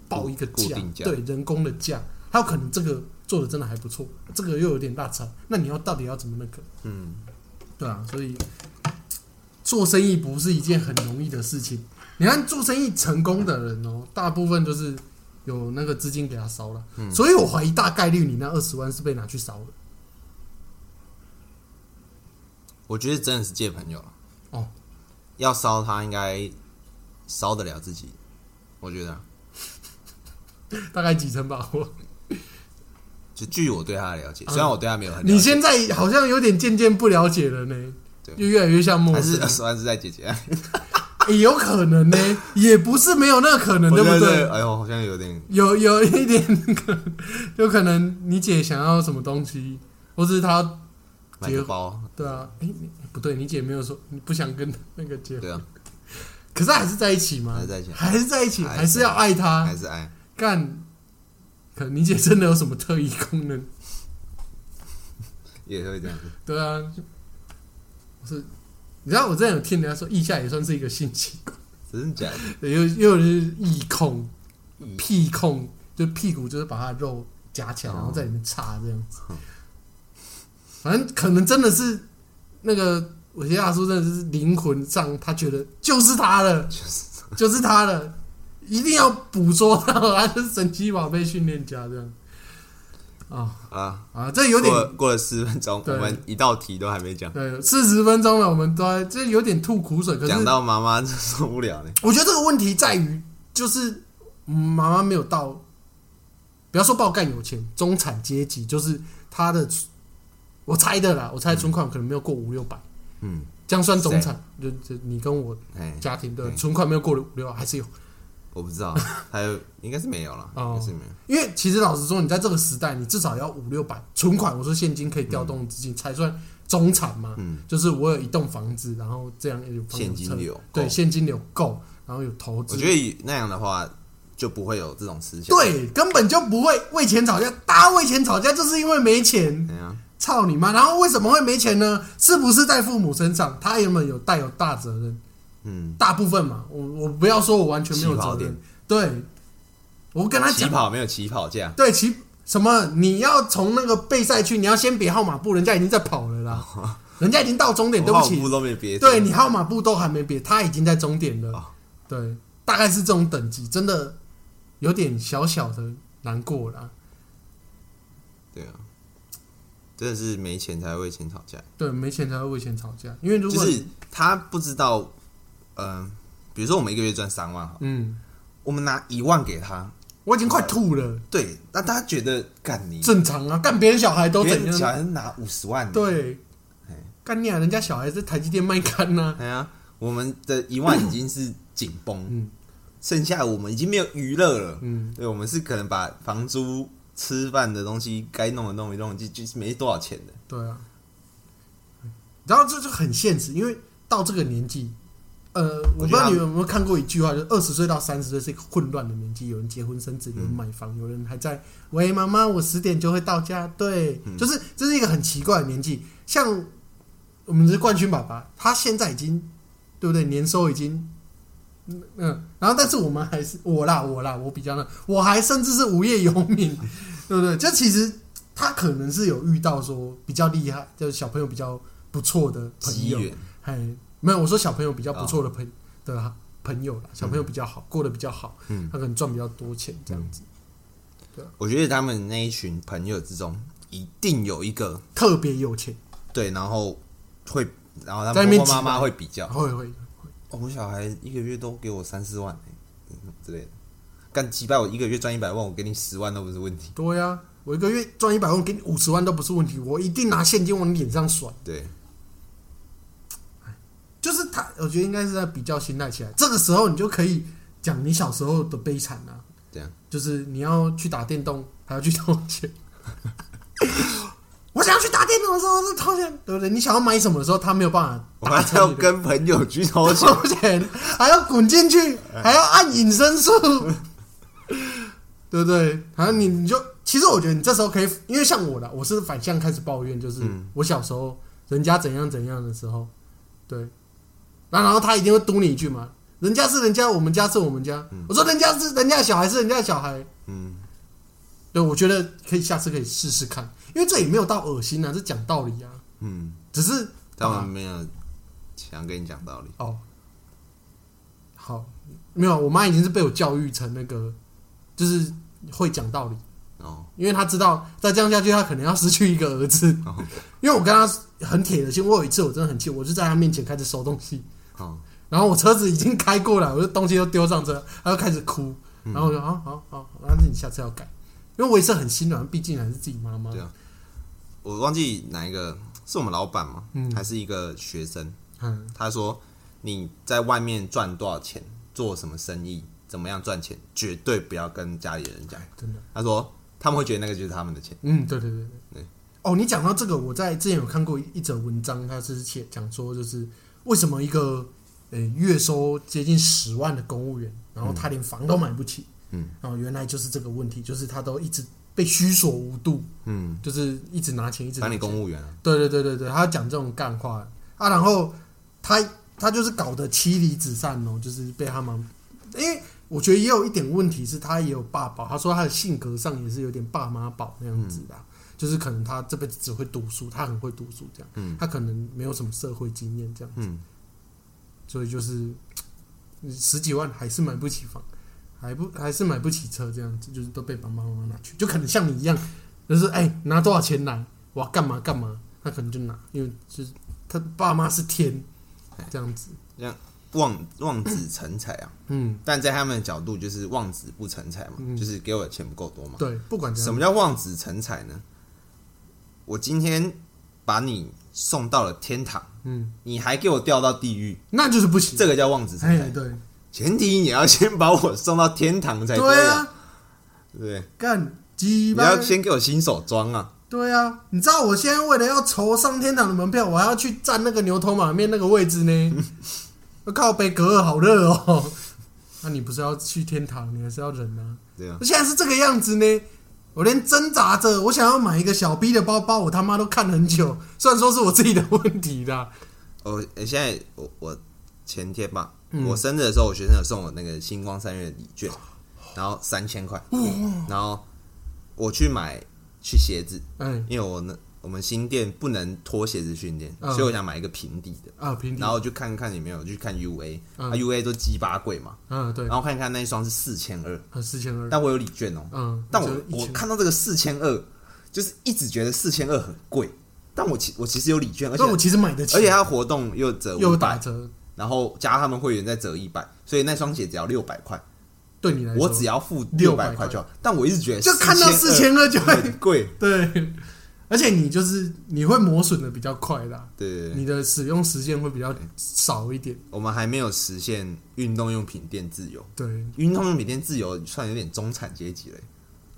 Speaker 3: 报一个
Speaker 4: 固
Speaker 3: 价
Speaker 4: 定，价
Speaker 3: 对人工的价，还有可能这个做的真的还不错，这个又有点大差，那你要到底要怎么那个？
Speaker 4: 嗯，
Speaker 3: 对啊，所以做生意不是一件很容易的事情。你看做生意成功的人哦，大部分就是有那个资金给他烧了，
Speaker 4: 嗯
Speaker 3: 所以我怀疑大概率你那二十万是被拿去烧了。
Speaker 4: 我觉得真的是借朋友了。
Speaker 3: 哦，
Speaker 4: 要烧他应该烧得了自己，我觉得啊。
Speaker 3: 大概几成把握？
Speaker 4: 就据我对他的了解，虽然我对他没有很了解，
Speaker 3: 嗯你现在好像有点渐渐不了解了呢
Speaker 4: 对，
Speaker 3: 就越来越像陌
Speaker 4: 还
Speaker 3: 生
Speaker 4: 是呃二，十万是在姐啊姐，
Speaker 3: 也有可能呢，也不是没有那个可能，
Speaker 4: 我
Speaker 3: 对
Speaker 4: 觉
Speaker 3: 不
Speaker 4: 得
Speaker 3: 对？
Speaker 4: 哎呦，好像有点
Speaker 3: 有有一点 可能，有可能你姐想要什么东西，或是她
Speaker 4: 买个包，
Speaker 3: 对啊，哎、你不对，你姐没有说你不想跟那个结婚，
Speaker 4: 对啊，
Speaker 3: 可是还是在一起吗？
Speaker 4: 还是在一起
Speaker 3: 还是在一起，
Speaker 4: 还是
Speaker 3: 还是要爱她
Speaker 4: 还。是哎爱，
Speaker 3: 干，可能你姐真的有什么特异功能？
Speaker 4: 也会这样子。
Speaker 3: 对啊，就我是你知道我之前有听人家说，腋下也算是一个性器官。
Speaker 4: 真的假的？
Speaker 3: 对，又又有人是异控
Speaker 4: 异、
Speaker 3: 屁控，就屁股就是把它的肉夹起来，
Speaker 4: 嗯哦
Speaker 3: 然后在里面插这样子。反正可能真的是那个我觉得大叔真的是灵魂上，他觉得就是他了，
Speaker 4: 就是
Speaker 3: 就是他了，一定要捕捉到他，就是神奇宝贝训练家这样。啊
Speaker 4: 啊，
Speaker 3: 啊，这有点
Speaker 4: 过了过了十分钟，
Speaker 3: 对
Speaker 4: 我们一道题都还没讲，
Speaker 3: 对，四十分钟了，我们都在这有点吐苦水，可是
Speaker 4: 讲到妈妈就受不了呢。
Speaker 3: 我觉得这个问题在于，就是嗯妈妈没有到，不要说爆干有钱，中产阶级就是他的，我猜的啦，我猜存款可能没有过五六百，
Speaker 4: 嗯，
Speaker 3: 这样算中产，就就你跟我
Speaker 4: 哎，
Speaker 3: 家庭的
Speaker 4: 对
Speaker 3: 存款没有过五六百还是有，
Speaker 4: 我不知 道，还有应该是没有了，
Speaker 3: 哦
Speaker 4: 应该是没有。
Speaker 3: 因为其实老实说，你在这个时代，你至少要五六百存款，我说现金可以调动资金、才算中产嘛。
Speaker 4: 嗯
Speaker 3: 就是我有一栋房子，然后这样有房有
Speaker 4: 现金
Speaker 3: 车
Speaker 4: 流
Speaker 3: 对
Speaker 4: 够
Speaker 3: 现金流够，然后有投资，
Speaker 4: 我觉得那样的话就不会有这种思想。，
Speaker 3: 对根本就不会为钱吵架。大家为钱吵架就是因为没钱，
Speaker 4: 怎样？
Speaker 3: 操你妈！然后为什么会没钱呢？是不是在父母身上？他原本有带有大责任，
Speaker 4: 嗯，
Speaker 3: 大部分嘛，我我不要说我完全没有
Speaker 4: 起跑
Speaker 3: 责任
Speaker 4: 点，
Speaker 3: 对我跟他
Speaker 4: 起
Speaker 3: 讲
Speaker 4: 跑没有起跑价，
Speaker 3: 对，其什么？你要从那个备赛区，你要先别号码布，人家已经在跑了 啦，人家已经到终点，哎对不
Speaker 4: 我跑
Speaker 3: 起
Speaker 4: 步，都没别。
Speaker 3: 对你号码布都还没别，他已经在终点
Speaker 4: 哦
Speaker 3: 了。对，大概是这种等级，真的有点小小的难过啦。
Speaker 4: 对啊，真的是没钱才会为钱吵架，
Speaker 3: 对，没钱才会为钱吵架，因为如
Speaker 4: 就
Speaker 3: 果
Speaker 4: 是他不知道，嗯、比如说我们一个月赚三万哈，
Speaker 3: 嗯，
Speaker 4: 我们拿一万给他，
Speaker 3: 我已经快吐了，
Speaker 4: 对，那他觉得干你，
Speaker 3: 正常啊，干别人小孩都
Speaker 4: 别
Speaker 3: 怎
Speaker 4: 人小
Speaker 3: 样？
Speaker 4: 孩拿五十万，，
Speaker 3: 对，干你啊！人家小孩在台积电卖干啊呐、
Speaker 4: 哎呀，我们的一万已经是紧绷，
Speaker 3: 嗯
Speaker 4: 剩下我们已经没有娱乐了，
Speaker 3: 嗯，
Speaker 4: 对，我们是可能把房租、吃饭的东西该弄的弄一弄，就就是没多少钱的，
Speaker 3: 对啊，然后这就很现实，因为到这个年纪，呃，我不知
Speaker 4: 我觉得他
Speaker 3: 道你们有没有看过一句话，就是二十岁到三十岁是一个混乱的年纪，有人结婚生子，有人买房，有人还在喂妈妈，我十点就会到家，对，
Speaker 4: 嗯
Speaker 3: 就是这是一个很奇怪的年纪。像我们的冠军爸爸，他现在已经对不对？年收已经。嗯嗯，然后但是我们还是我啦，我啦，我比较那，我还甚至是无业游民， 对不对？就其实他可能是有遇到说比较厉害，就是小朋友比较不错的朋
Speaker 4: 机
Speaker 3: 友，
Speaker 4: 缘，
Speaker 3: 哎，没有，我说小朋友比较不错的朋、的朋友啦，小朋友比较好，过得比较好，
Speaker 4: 嗯
Speaker 3: 他可能赚比较多钱这样子，
Speaker 4: 我觉得他们那一群朋友之中，一定有一个
Speaker 3: 特别有钱，
Speaker 4: 对，然后会，然后他
Speaker 3: 在那
Speaker 4: 们
Speaker 3: 边
Speaker 4: 婆婆妈
Speaker 3: 挤
Speaker 4: 妈
Speaker 3: 吧
Speaker 4: 会比较，哦，
Speaker 3: 会会
Speaker 4: 我小孩一个月都给我三四万、欸嗯之类的，干几百，我一个月赚一百万，我给你十万都不是问题，
Speaker 3: 多呀、啊我一个月赚一百万，给你五十万都不是问题，我一定拿现金往你脸上甩。
Speaker 4: 对，
Speaker 3: 就是他，我觉得应该是在比较心态起来。这个时候你就可以讲你小时候的悲惨啊，
Speaker 4: 这样，
Speaker 3: 就是你要去打电动，还要去掏钱。 我想要去打电动的时候是掏钱，对不对？你想要买什么的时候，他没有办法
Speaker 4: 我
Speaker 3: 达
Speaker 4: 还
Speaker 3: 成
Speaker 4: 要
Speaker 3: 你的
Speaker 4: 跟朋友去掏 钱，
Speaker 3: 掏钱，还要滚进去，还要按隐身术，对不对？然后你你就，其实我觉得你这时候可以，因为像我的，我是反向开始抱怨，就是我小时候人家怎样怎样的时候，对，然后然后他一定会嘟你一句嘛，人家是人家，我们家是我们家，我说人家是人家的小孩是人家的小孩，
Speaker 4: 嗯，
Speaker 3: 对，我觉得可以下次可以试试看，因为这也没有到恶心啊，这讲道理啊，
Speaker 4: 嗯，
Speaker 3: 只是
Speaker 4: 他们
Speaker 3: 啊
Speaker 4: 没有想跟你讲道理，
Speaker 3: 哦，好，没有，我妈已经是被我教育成那个，就是会讲道理，
Speaker 4: 哦，
Speaker 3: 因为她知道再这样下去，她可能要失去一个儿子。
Speaker 4: 哦，
Speaker 3: 因为我跟她很铁的心，我有一次我真的很气，我就在她面前开始收东西，
Speaker 4: 哦，
Speaker 3: 然后我车子已经开过了，我就东西都丢上车，她就开始哭，
Speaker 4: 嗯
Speaker 3: 然后我就好好好，那你下次要改，因为我也是很心软，毕竟还是自己妈妈
Speaker 4: 对。啊我忘记哪一个是我们老板吗？
Speaker 3: 嗯
Speaker 4: 还是一个学生？
Speaker 3: 嗯，
Speaker 4: 他说你在外面赚多少钱，做什么生意，怎么样赚钱，绝对不要跟家里人讲。
Speaker 3: 真的，
Speaker 4: 他说他们会觉得那个就是他们的钱。
Speaker 3: 嗯，对对对对
Speaker 4: 对。
Speaker 3: 哦，你讲到这个，我在之前有看过一则文章，它是写讲说，就是为什么一个呃月收接近十万的公务员，然后他连房都买不起，
Speaker 4: 嗯，
Speaker 3: 然后原来就是这个问题，就是他都一直被虚索无度，
Speaker 4: 嗯，
Speaker 3: 就是一直拿钱，一直拿
Speaker 4: 当你
Speaker 3: 钱。
Speaker 4: 公务员啊，
Speaker 3: 对对对对对，他讲这种干话啊，然后他他就是搞得妻离子散哦，就是被他们，因为我觉得也有一点问题是，他也有爸宝，他说他的性格上也是有点爸妈宝那样子的啊、
Speaker 4: 嗯
Speaker 3: 就是可能他这辈子只会读书，他很会读书这样，
Speaker 4: 嗯
Speaker 3: 他可能没有什么社会经验这样，
Speaker 4: 嗯，
Speaker 3: 所以就是嗯十几万还是买不起房，还不还是买不起车，这样子就是都被爸爸妈妈拿去，就可能像你一样，就是哎、拿多少钱来，我要干嘛干嘛，他可能就拿，因为就是他爸妈是天这样子，
Speaker 4: 望 望子成才啊。
Speaker 3: 嗯，
Speaker 4: 但在他们的角度，就是望子不成才嘛，就是给我的钱不够多嘛。
Speaker 3: 对，不管怎
Speaker 4: 什
Speaker 3: 样，
Speaker 4: 么叫望子成才呢？我今天把你送到了天堂，
Speaker 3: 嗯，
Speaker 4: 你还给我掉到地狱，
Speaker 3: 那就是不行，
Speaker 4: 这个叫望子成
Speaker 3: 哎
Speaker 4: 才。
Speaker 3: 对，
Speaker 4: 前提你要先把我送到天堂才
Speaker 3: 对
Speaker 4: 啊，
Speaker 3: 啊，
Speaker 4: 对不对？
Speaker 3: 干鸡
Speaker 4: 你
Speaker 3: 巴
Speaker 4: 要，先给我新手装啊！
Speaker 3: 对啊，你知道我现在为了要筹上天堂的门票，我还要去站那个牛头马面那个位置 呢。我靠北，隔二好热哦。 那、你不是要去天堂，你还是要忍啊？
Speaker 4: 对啊，
Speaker 3: 现在是这个样子呢，我连挣扎着我想要买一个小 B 的包包，我他妈都看很久。虽然说是我自己的问题啦，
Speaker 4: 我呃现在我我前天吧，我生日的时候，我学生有送我那个星光三月的礼券，然后三千块，然后我去买去鞋子，
Speaker 3: 哎
Speaker 4: 因为我呢我们新店不能脱鞋子训练，
Speaker 3: 嗯
Speaker 4: 所以我想买一个平底的，
Speaker 3: 啊，平底
Speaker 4: 然，后我就看看有没有，我就去看 UA，
Speaker 3: 嗯
Speaker 4: 啊 UA 都鸡巴贵嘛，
Speaker 3: 嗯、对
Speaker 4: 然，后看一看那一双是四千二，
Speaker 3: 啊，四千二，
Speaker 4: 但我有礼券哦，
Speaker 3: 嗯，
Speaker 4: 但我
Speaker 3: 折
Speaker 4: 我
Speaker 3: 1000
Speaker 4: 看到这个四千二，就是一直觉得四千二很贵，但我其我其实有礼券，而且
Speaker 3: 但我其实买得起，
Speaker 4: 而且它活动又折
Speaker 3: 又
Speaker 4: 五
Speaker 3: 有打
Speaker 4: 百，
Speaker 3: 折，
Speaker 4: 然后加他们会员再折一百，所以那双鞋只要六百块，
Speaker 3: 对你来说，
Speaker 4: 我只要付
Speaker 3: 600
Speaker 4: 百块就好。但我一直觉得
Speaker 3: 就看到四千二就会
Speaker 4: 很贵，
Speaker 3: 对，而且你就是你会磨损的比较快啦，
Speaker 4: 对对对，
Speaker 3: 你的使用时间会比较少一点，
Speaker 4: 我们还没有实现运动用品店自由，
Speaker 3: 对，
Speaker 4: 运动用品店自由算有点中产阶级了，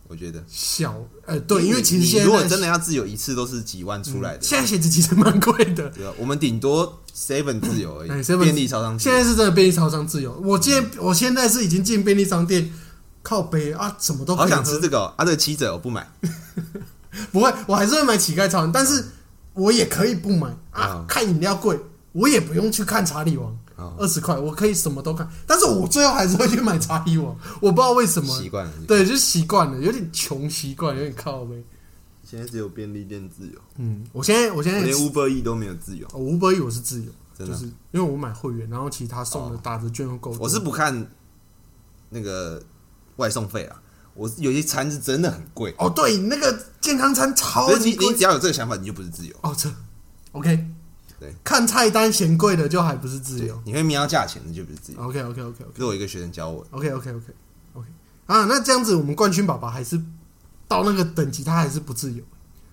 Speaker 4: 我觉得。
Speaker 3: 小，呃，对，
Speaker 4: 你
Speaker 3: 因为其实
Speaker 4: 你
Speaker 3: 现在嗯
Speaker 4: 如果真的要自由一次都是几万出来的，
Speaker 3: 现在鞋子其实蛮贵的，
Speaker 4: 对吧？我们顶多 seven 自由而
Speaker 3: 哎
Speaker 4: 已，
Speaker 3: 7-Eleven
Speaker 4: 便利超商自
Speaker 3: 现
Speaker 4: 由
Speaker 3: 在是真的便利超商自由。我现在我现在是已经进便利商店，靠背啊，什么都可
Speaker 4: 好
Speaker 3: 以
Speaker 4: 想
Speaker 3: 喝
Speaker 4: 吃这个、哦，啊，这个七折我不买，
Speaker 3: 不会，我还是会买乞丐超人，但是我也可以不买啊
Speaker 4: 嗯。
Speaker 3: 看饮料贵，我也不用去看查理王
Speaker 4: 嗯，
Speaker 3: 二十块我可以什么都看，但是我最后还是会去买查理王，我不知道为什么
Speaker 4: 习，惯了。
Speaker 3: 对，就习惯了，有点穷习惯，有点靠背。
Speaker 4: 现在只有便利店自由，
Speaker 3: 嗯，我现在我现
Speaker 4: 我
Speaker 3: 在
Speaker 4: 连 Uber E 都没有自由。
Speaker 3: 五百亿我是自由，
Speaker 4: 真
Speaker 3: 就
Speaker 4: 的
Speaker 3: 是因为我买会员，然后其他送的
Speaker 4: 哦
Speaker 3: 打折券又够多，
Speaker 4: 我是不看那个外送费啊，我是有些餐是真的很贵，
Speaker 3: 哦，对，那个健康餐超
Speaker 4: 所以
Speaker 3: 级
Speaker 4: 你
Speaker 3: 贵
Speaker 4: 你只要有这个想法，你就不是自由，
Speaker 3: 哦，这 OK，
Speaker 4: 对，
Speaker 3: 看菜单嫌贵的就还不是自由。
Speaker 4: 你会瞄价钱，你就不是自由。
Speaker 3: OK OK OK OK
Speaker 4: 这是我一个学生教我的，
Speaker 3: OK OK OK OK 啊，那这样子我们冠军爸爸还是到那个等级，他还是不自由。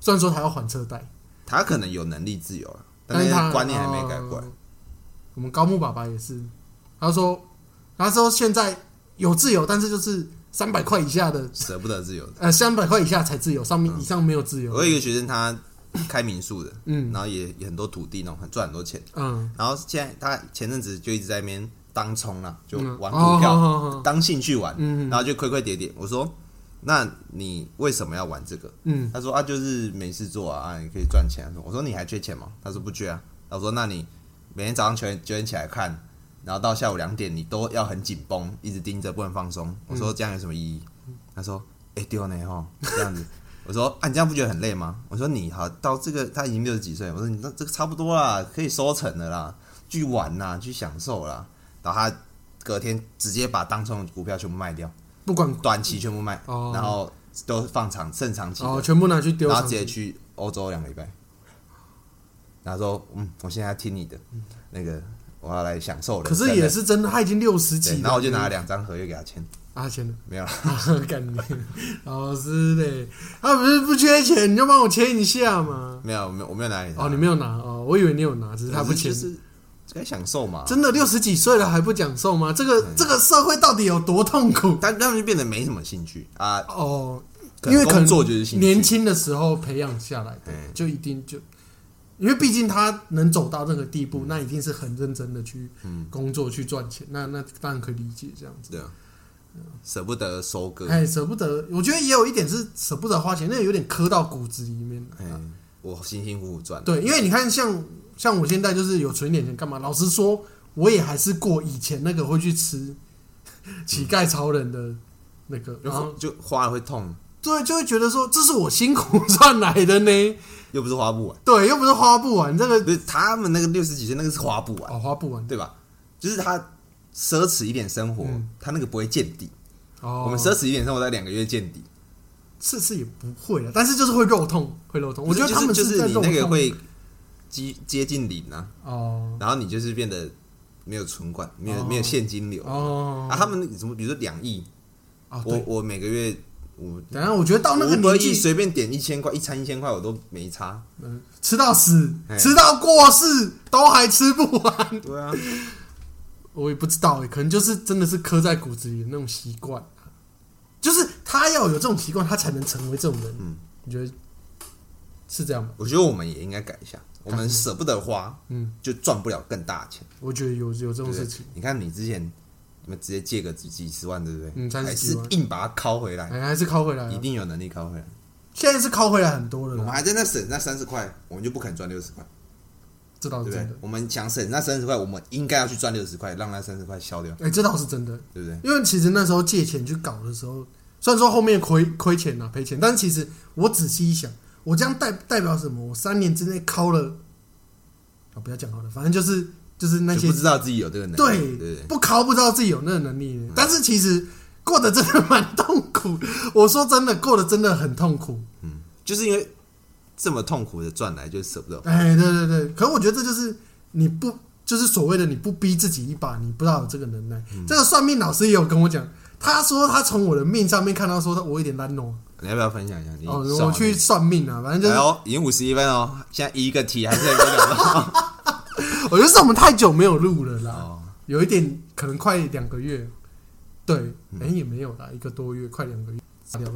Speaker 3: 虽然说他要还车贷，
Speaker 4: 他可能有能力自由啊了，
Speaker 3: 但
Speaker 4: 是
Speaker 3: 是他
Speaker 4: 观念还没改过来
Speaker 3: 哦。我们高木爸爸也是，他说他说现在有自由，但是就是三百块以下的，
Speaker 4: 舍不得自由的。
Speaker 3: 呃，三百块以下才自由，上面
Speaker 4: 嗯
Speaker 3: 以上没有自由。
Speaker 4: 我有一个学生，他开民宿的，
Speaker 3: 嗯
Speaker 4: 然后也也很多土地那种，很赚很多钱。
Speaker 3: 嗯，
Speaker 4: 然后现在他前阵子就一直在那边当冲啊，就
Speaker 3: 嗯
Speaker 4: 玩股票，
Speaker 3: 哦好好好
Speaker 4: 当兴趣玩，
Speaker 3: 嗯
Speaker 4: 然后就亏亏跌跌。我说：“那你为什么要玩这个？”
Speaker 3: 嗯
Speaker 4: 他说：“啊，就是没事做啊，啊你可以赚钱啊。”我说：“你还缺钱吗？”他说：“不缺啊。”我说：“那你每天早上九点九点起来看，然后到下午两点你都要很紧绷，一直盯着不能放松。”我说：“这样有什么意义？”他说：“哎、丢呢哈，这样子。”我说：“啊，你这样不觉得很累吗？”我说：“你好，到这个他已经六十几岁了，我说你那这个差不多啦，可以收成了啦，去玩啦，去享受啦。”然后他隔天直接把当冲的股票全部卖掉，
Speaker 3: 不管
Speaker 4: 短期全部卖，
Speaker 3: 哦
Speaker 4: 然后都放长剩长期的，
Speaker 3: 哦，全部拿去丢
Speaker 4: 然后
Speaker 3: 上
Speaker 4: 直接
Speaker 3: 去，
Speaker 4: 去欧洲两个礼拜。然后说：“嗯，我现在要听你的，那个我要来享受人
Speaker 3: 嗯可
Speaker 4: 生了。”
Speaker 3: 是也是真的，他已经六十
Speaker 4: 对
Speaker 3: 几了，
Speaker 4: 然后我就拿了两张合约给他签，
Speaker 3: 啊，签了。
Speaker 4: 没有了。
Speaker 3: 干你老师嘞，他不是不缺钱，你就帮我签一下嘛。
Speaker 4: 没有，没有，我没有拿给他。
Speaker 3: 哦，你没有拿哦，我以为你有拿，只是他
Speaker 4: 啊
Speaker 3: 不
Speaker 4: 可是
Speaker 3: 签
Speaker 4: 就。是该享受嘛。
Speaker 3: 真的六十几岁了还不讲授吗？这
Speaker 4: 嗯
Speaker 3: 个这个社会到底有多痛 苦？
Speaker 4: 但他们就变得没什么兴趣啊。
Speaker 3: 哦，
Speaker 4: 可能
Speaker 3: 因为可能
Speaker 4: 工作就是兴趣
Speaker 3: 年轻的时候培养下来的
Speaker 4: 哎，
Speaker 3: 就一定就，因为毕竟他能走到那个地
Speaker 4: 嗯
Speaker 3: 步，那一定是很认真的去工作去赚钱，那那当然可以理解这样子。
Speaker 4: 对啊，舍不得收割。
Speaker 3: 哎，舍不得，我觉得也有一点是舍不得花钱，那有点磕到骨子里面。
Speaker 4: 哎，我辛辛苦苦赚。
Speaker 3: 对，因为你看像像我现在就是有存一点钱干嘛？老实说，我也还是过以前那个会去吃
Speaker 4: 嗯
Speaker 3: 乞丐超人的那个，然后
Speaker 4: 就就花了会痛，
Speaker 3: 对，就会觉得说这是我辛苦 赚来的呢。
Speaker 4: 又不是花不完。
Speaker 3: 对，又不是花不完，这个
Speaker 4: 不是他们那个六十几岁那个是花不完，
Speaker 3: 哦花不完。
Speaker 4: 对吧？就是他奢侈一点生活，他那个不会见底。
Speaker 3: 嗯哦，
Speaker 4: 我们奢侈一点生活在两个月见底。
Speaker 3: 是是也不会啊了，但是就是会肉痛，会肉痛。我觉得
Speaker 4: 就
Speaker 3: 他
Speaker 4: 是
Speaker 3: 们
Speaker 4: 就是
Speaker 3: 在
Speaker 4: 你
Speaker 3: 肉痛
Speaker 4: 那个会接接近零啊，
Speaker 3: 哦
Speaker 4: 然后你就是变得没有存款，没有没有现金流。
Speaker 3: 哦
Speaker 4: 啊，他们什么，比如说两亿，
Speaker 3: 哦
Speaker 4: 啊我
Speaker 3: 对，
Speaker 4: 我每个月我
Speaker 3: 等一下我觉得到那
Speaker 4: 五
Speaker 3: 个
Speaker 4: 百
Speaker 3: 年
Speaker 4: 亿
Speaker 3: 纪，
Speaker 4: 随便点一千块，一餐一千块我都没差。
Speaker 3: 嗯吃到死，
Speaker 4: 哎
Speaker 3: 吃到过世都还吃不完。
Speaker 4: 对啊，
Speaker 3: 我也不知道、欸，可能就是真的是刻在骨子里的那种习惯，啊就是他要有这种习惯，他才能成为这种人。嗯，你觉得是这样吗？
Speaker 4: 我觉得我们也应该改一下，我们舍不得花，嗯，就赚不了更大的钱。
Speaker 3: 我觉得有有这
Speaker 4: 对
Speaker 3: 种
Speaker 4: 不
Speaker 3: 事
Speaker 4: 对
Speaker 3: 情，
Speaker 4: 你看你之前你们直接借个几几十万，对不对？
Speaker 3: 嗯三
Speaker 4: 还
Speaker 3: 十几
Speaker 4: 是
Speaker 3: 万
Speaker 4: 硬把它拷回来，
Speaker 3: 哎，还是靠回来
Speaker 4: 一嗯
Speaker 3: 了。
Speaker 4: 定有能力拷回来。
Speaker 3: 现在是靠回来很多了
Speaker 4: 我们
Speaker 3: 啦，
Speaker 4: 还在那省那三十块，我们就不肯赚六十块，
Speaker 3: 这倒
Speaker 4: 对
Speaker 3: 是
Speaker 4: 不
Speaker 3: 真
Speaker 4: 对
Speaker 3: 的。？
Speaker 4: 我们想省那三十块，我们应该要去赚六十块，让那三十块消掉，
Speaker 3: 哎、这倒是真的，
Speaker 4: 对不对？
Speaker 3: 因为其实那时候借钱去搞的时候，虽然说后面亏亏钱了、赔钱，但是其实我仔细一想，我这样代代表什么？我三年之内靠了，啊、不要讲好了，反正就是就是那
Speaker 4: 就
Speaker 3: 些
Speaker 4: 不知道自己有这个能力，对
Speaker 3: 对
Speaker 4: 不对？
Speaker 3: 不靠不知道自己有那个能力，但是其实过得真的蛮痛苦。我说真的，过得真的很痛苦。
Speaker 4: 就是因为这么痛苦的赚来，就舍不得花。
Speaker 3: 哎，对对对，可我觉得这就是你不，就是所谓的你不逼自己一把，你不知道有这个能耐。
Speaker 4: 嗯
Speaker 3: 这个算命老师也有跟我讲，他说他从我的命上面看到说他我有点懒惰
Speaker 4: 你要不要分享一下？你
Speaker 3: 哦，
Speaker 4: 算
Speaker 3: 我
Speaker 4: 完
Speaker 3: 去
Speaker 4: 了
Speaker 3: 算命啊，反正就
Speaker 4: 哎
Speaker 3: 是，
Speaker 4: 呦，已经五十一分哦，现在一个题还是没有讲到。
Speaker 3: 我觉得是我们太久没有录了啦，
Speaker 4: 哦
Speaker 3: 有一
Speaker 4: 嗯
Speaker 3: 点可能快两个月，对，哎也没有啦，一个多月，快两个月。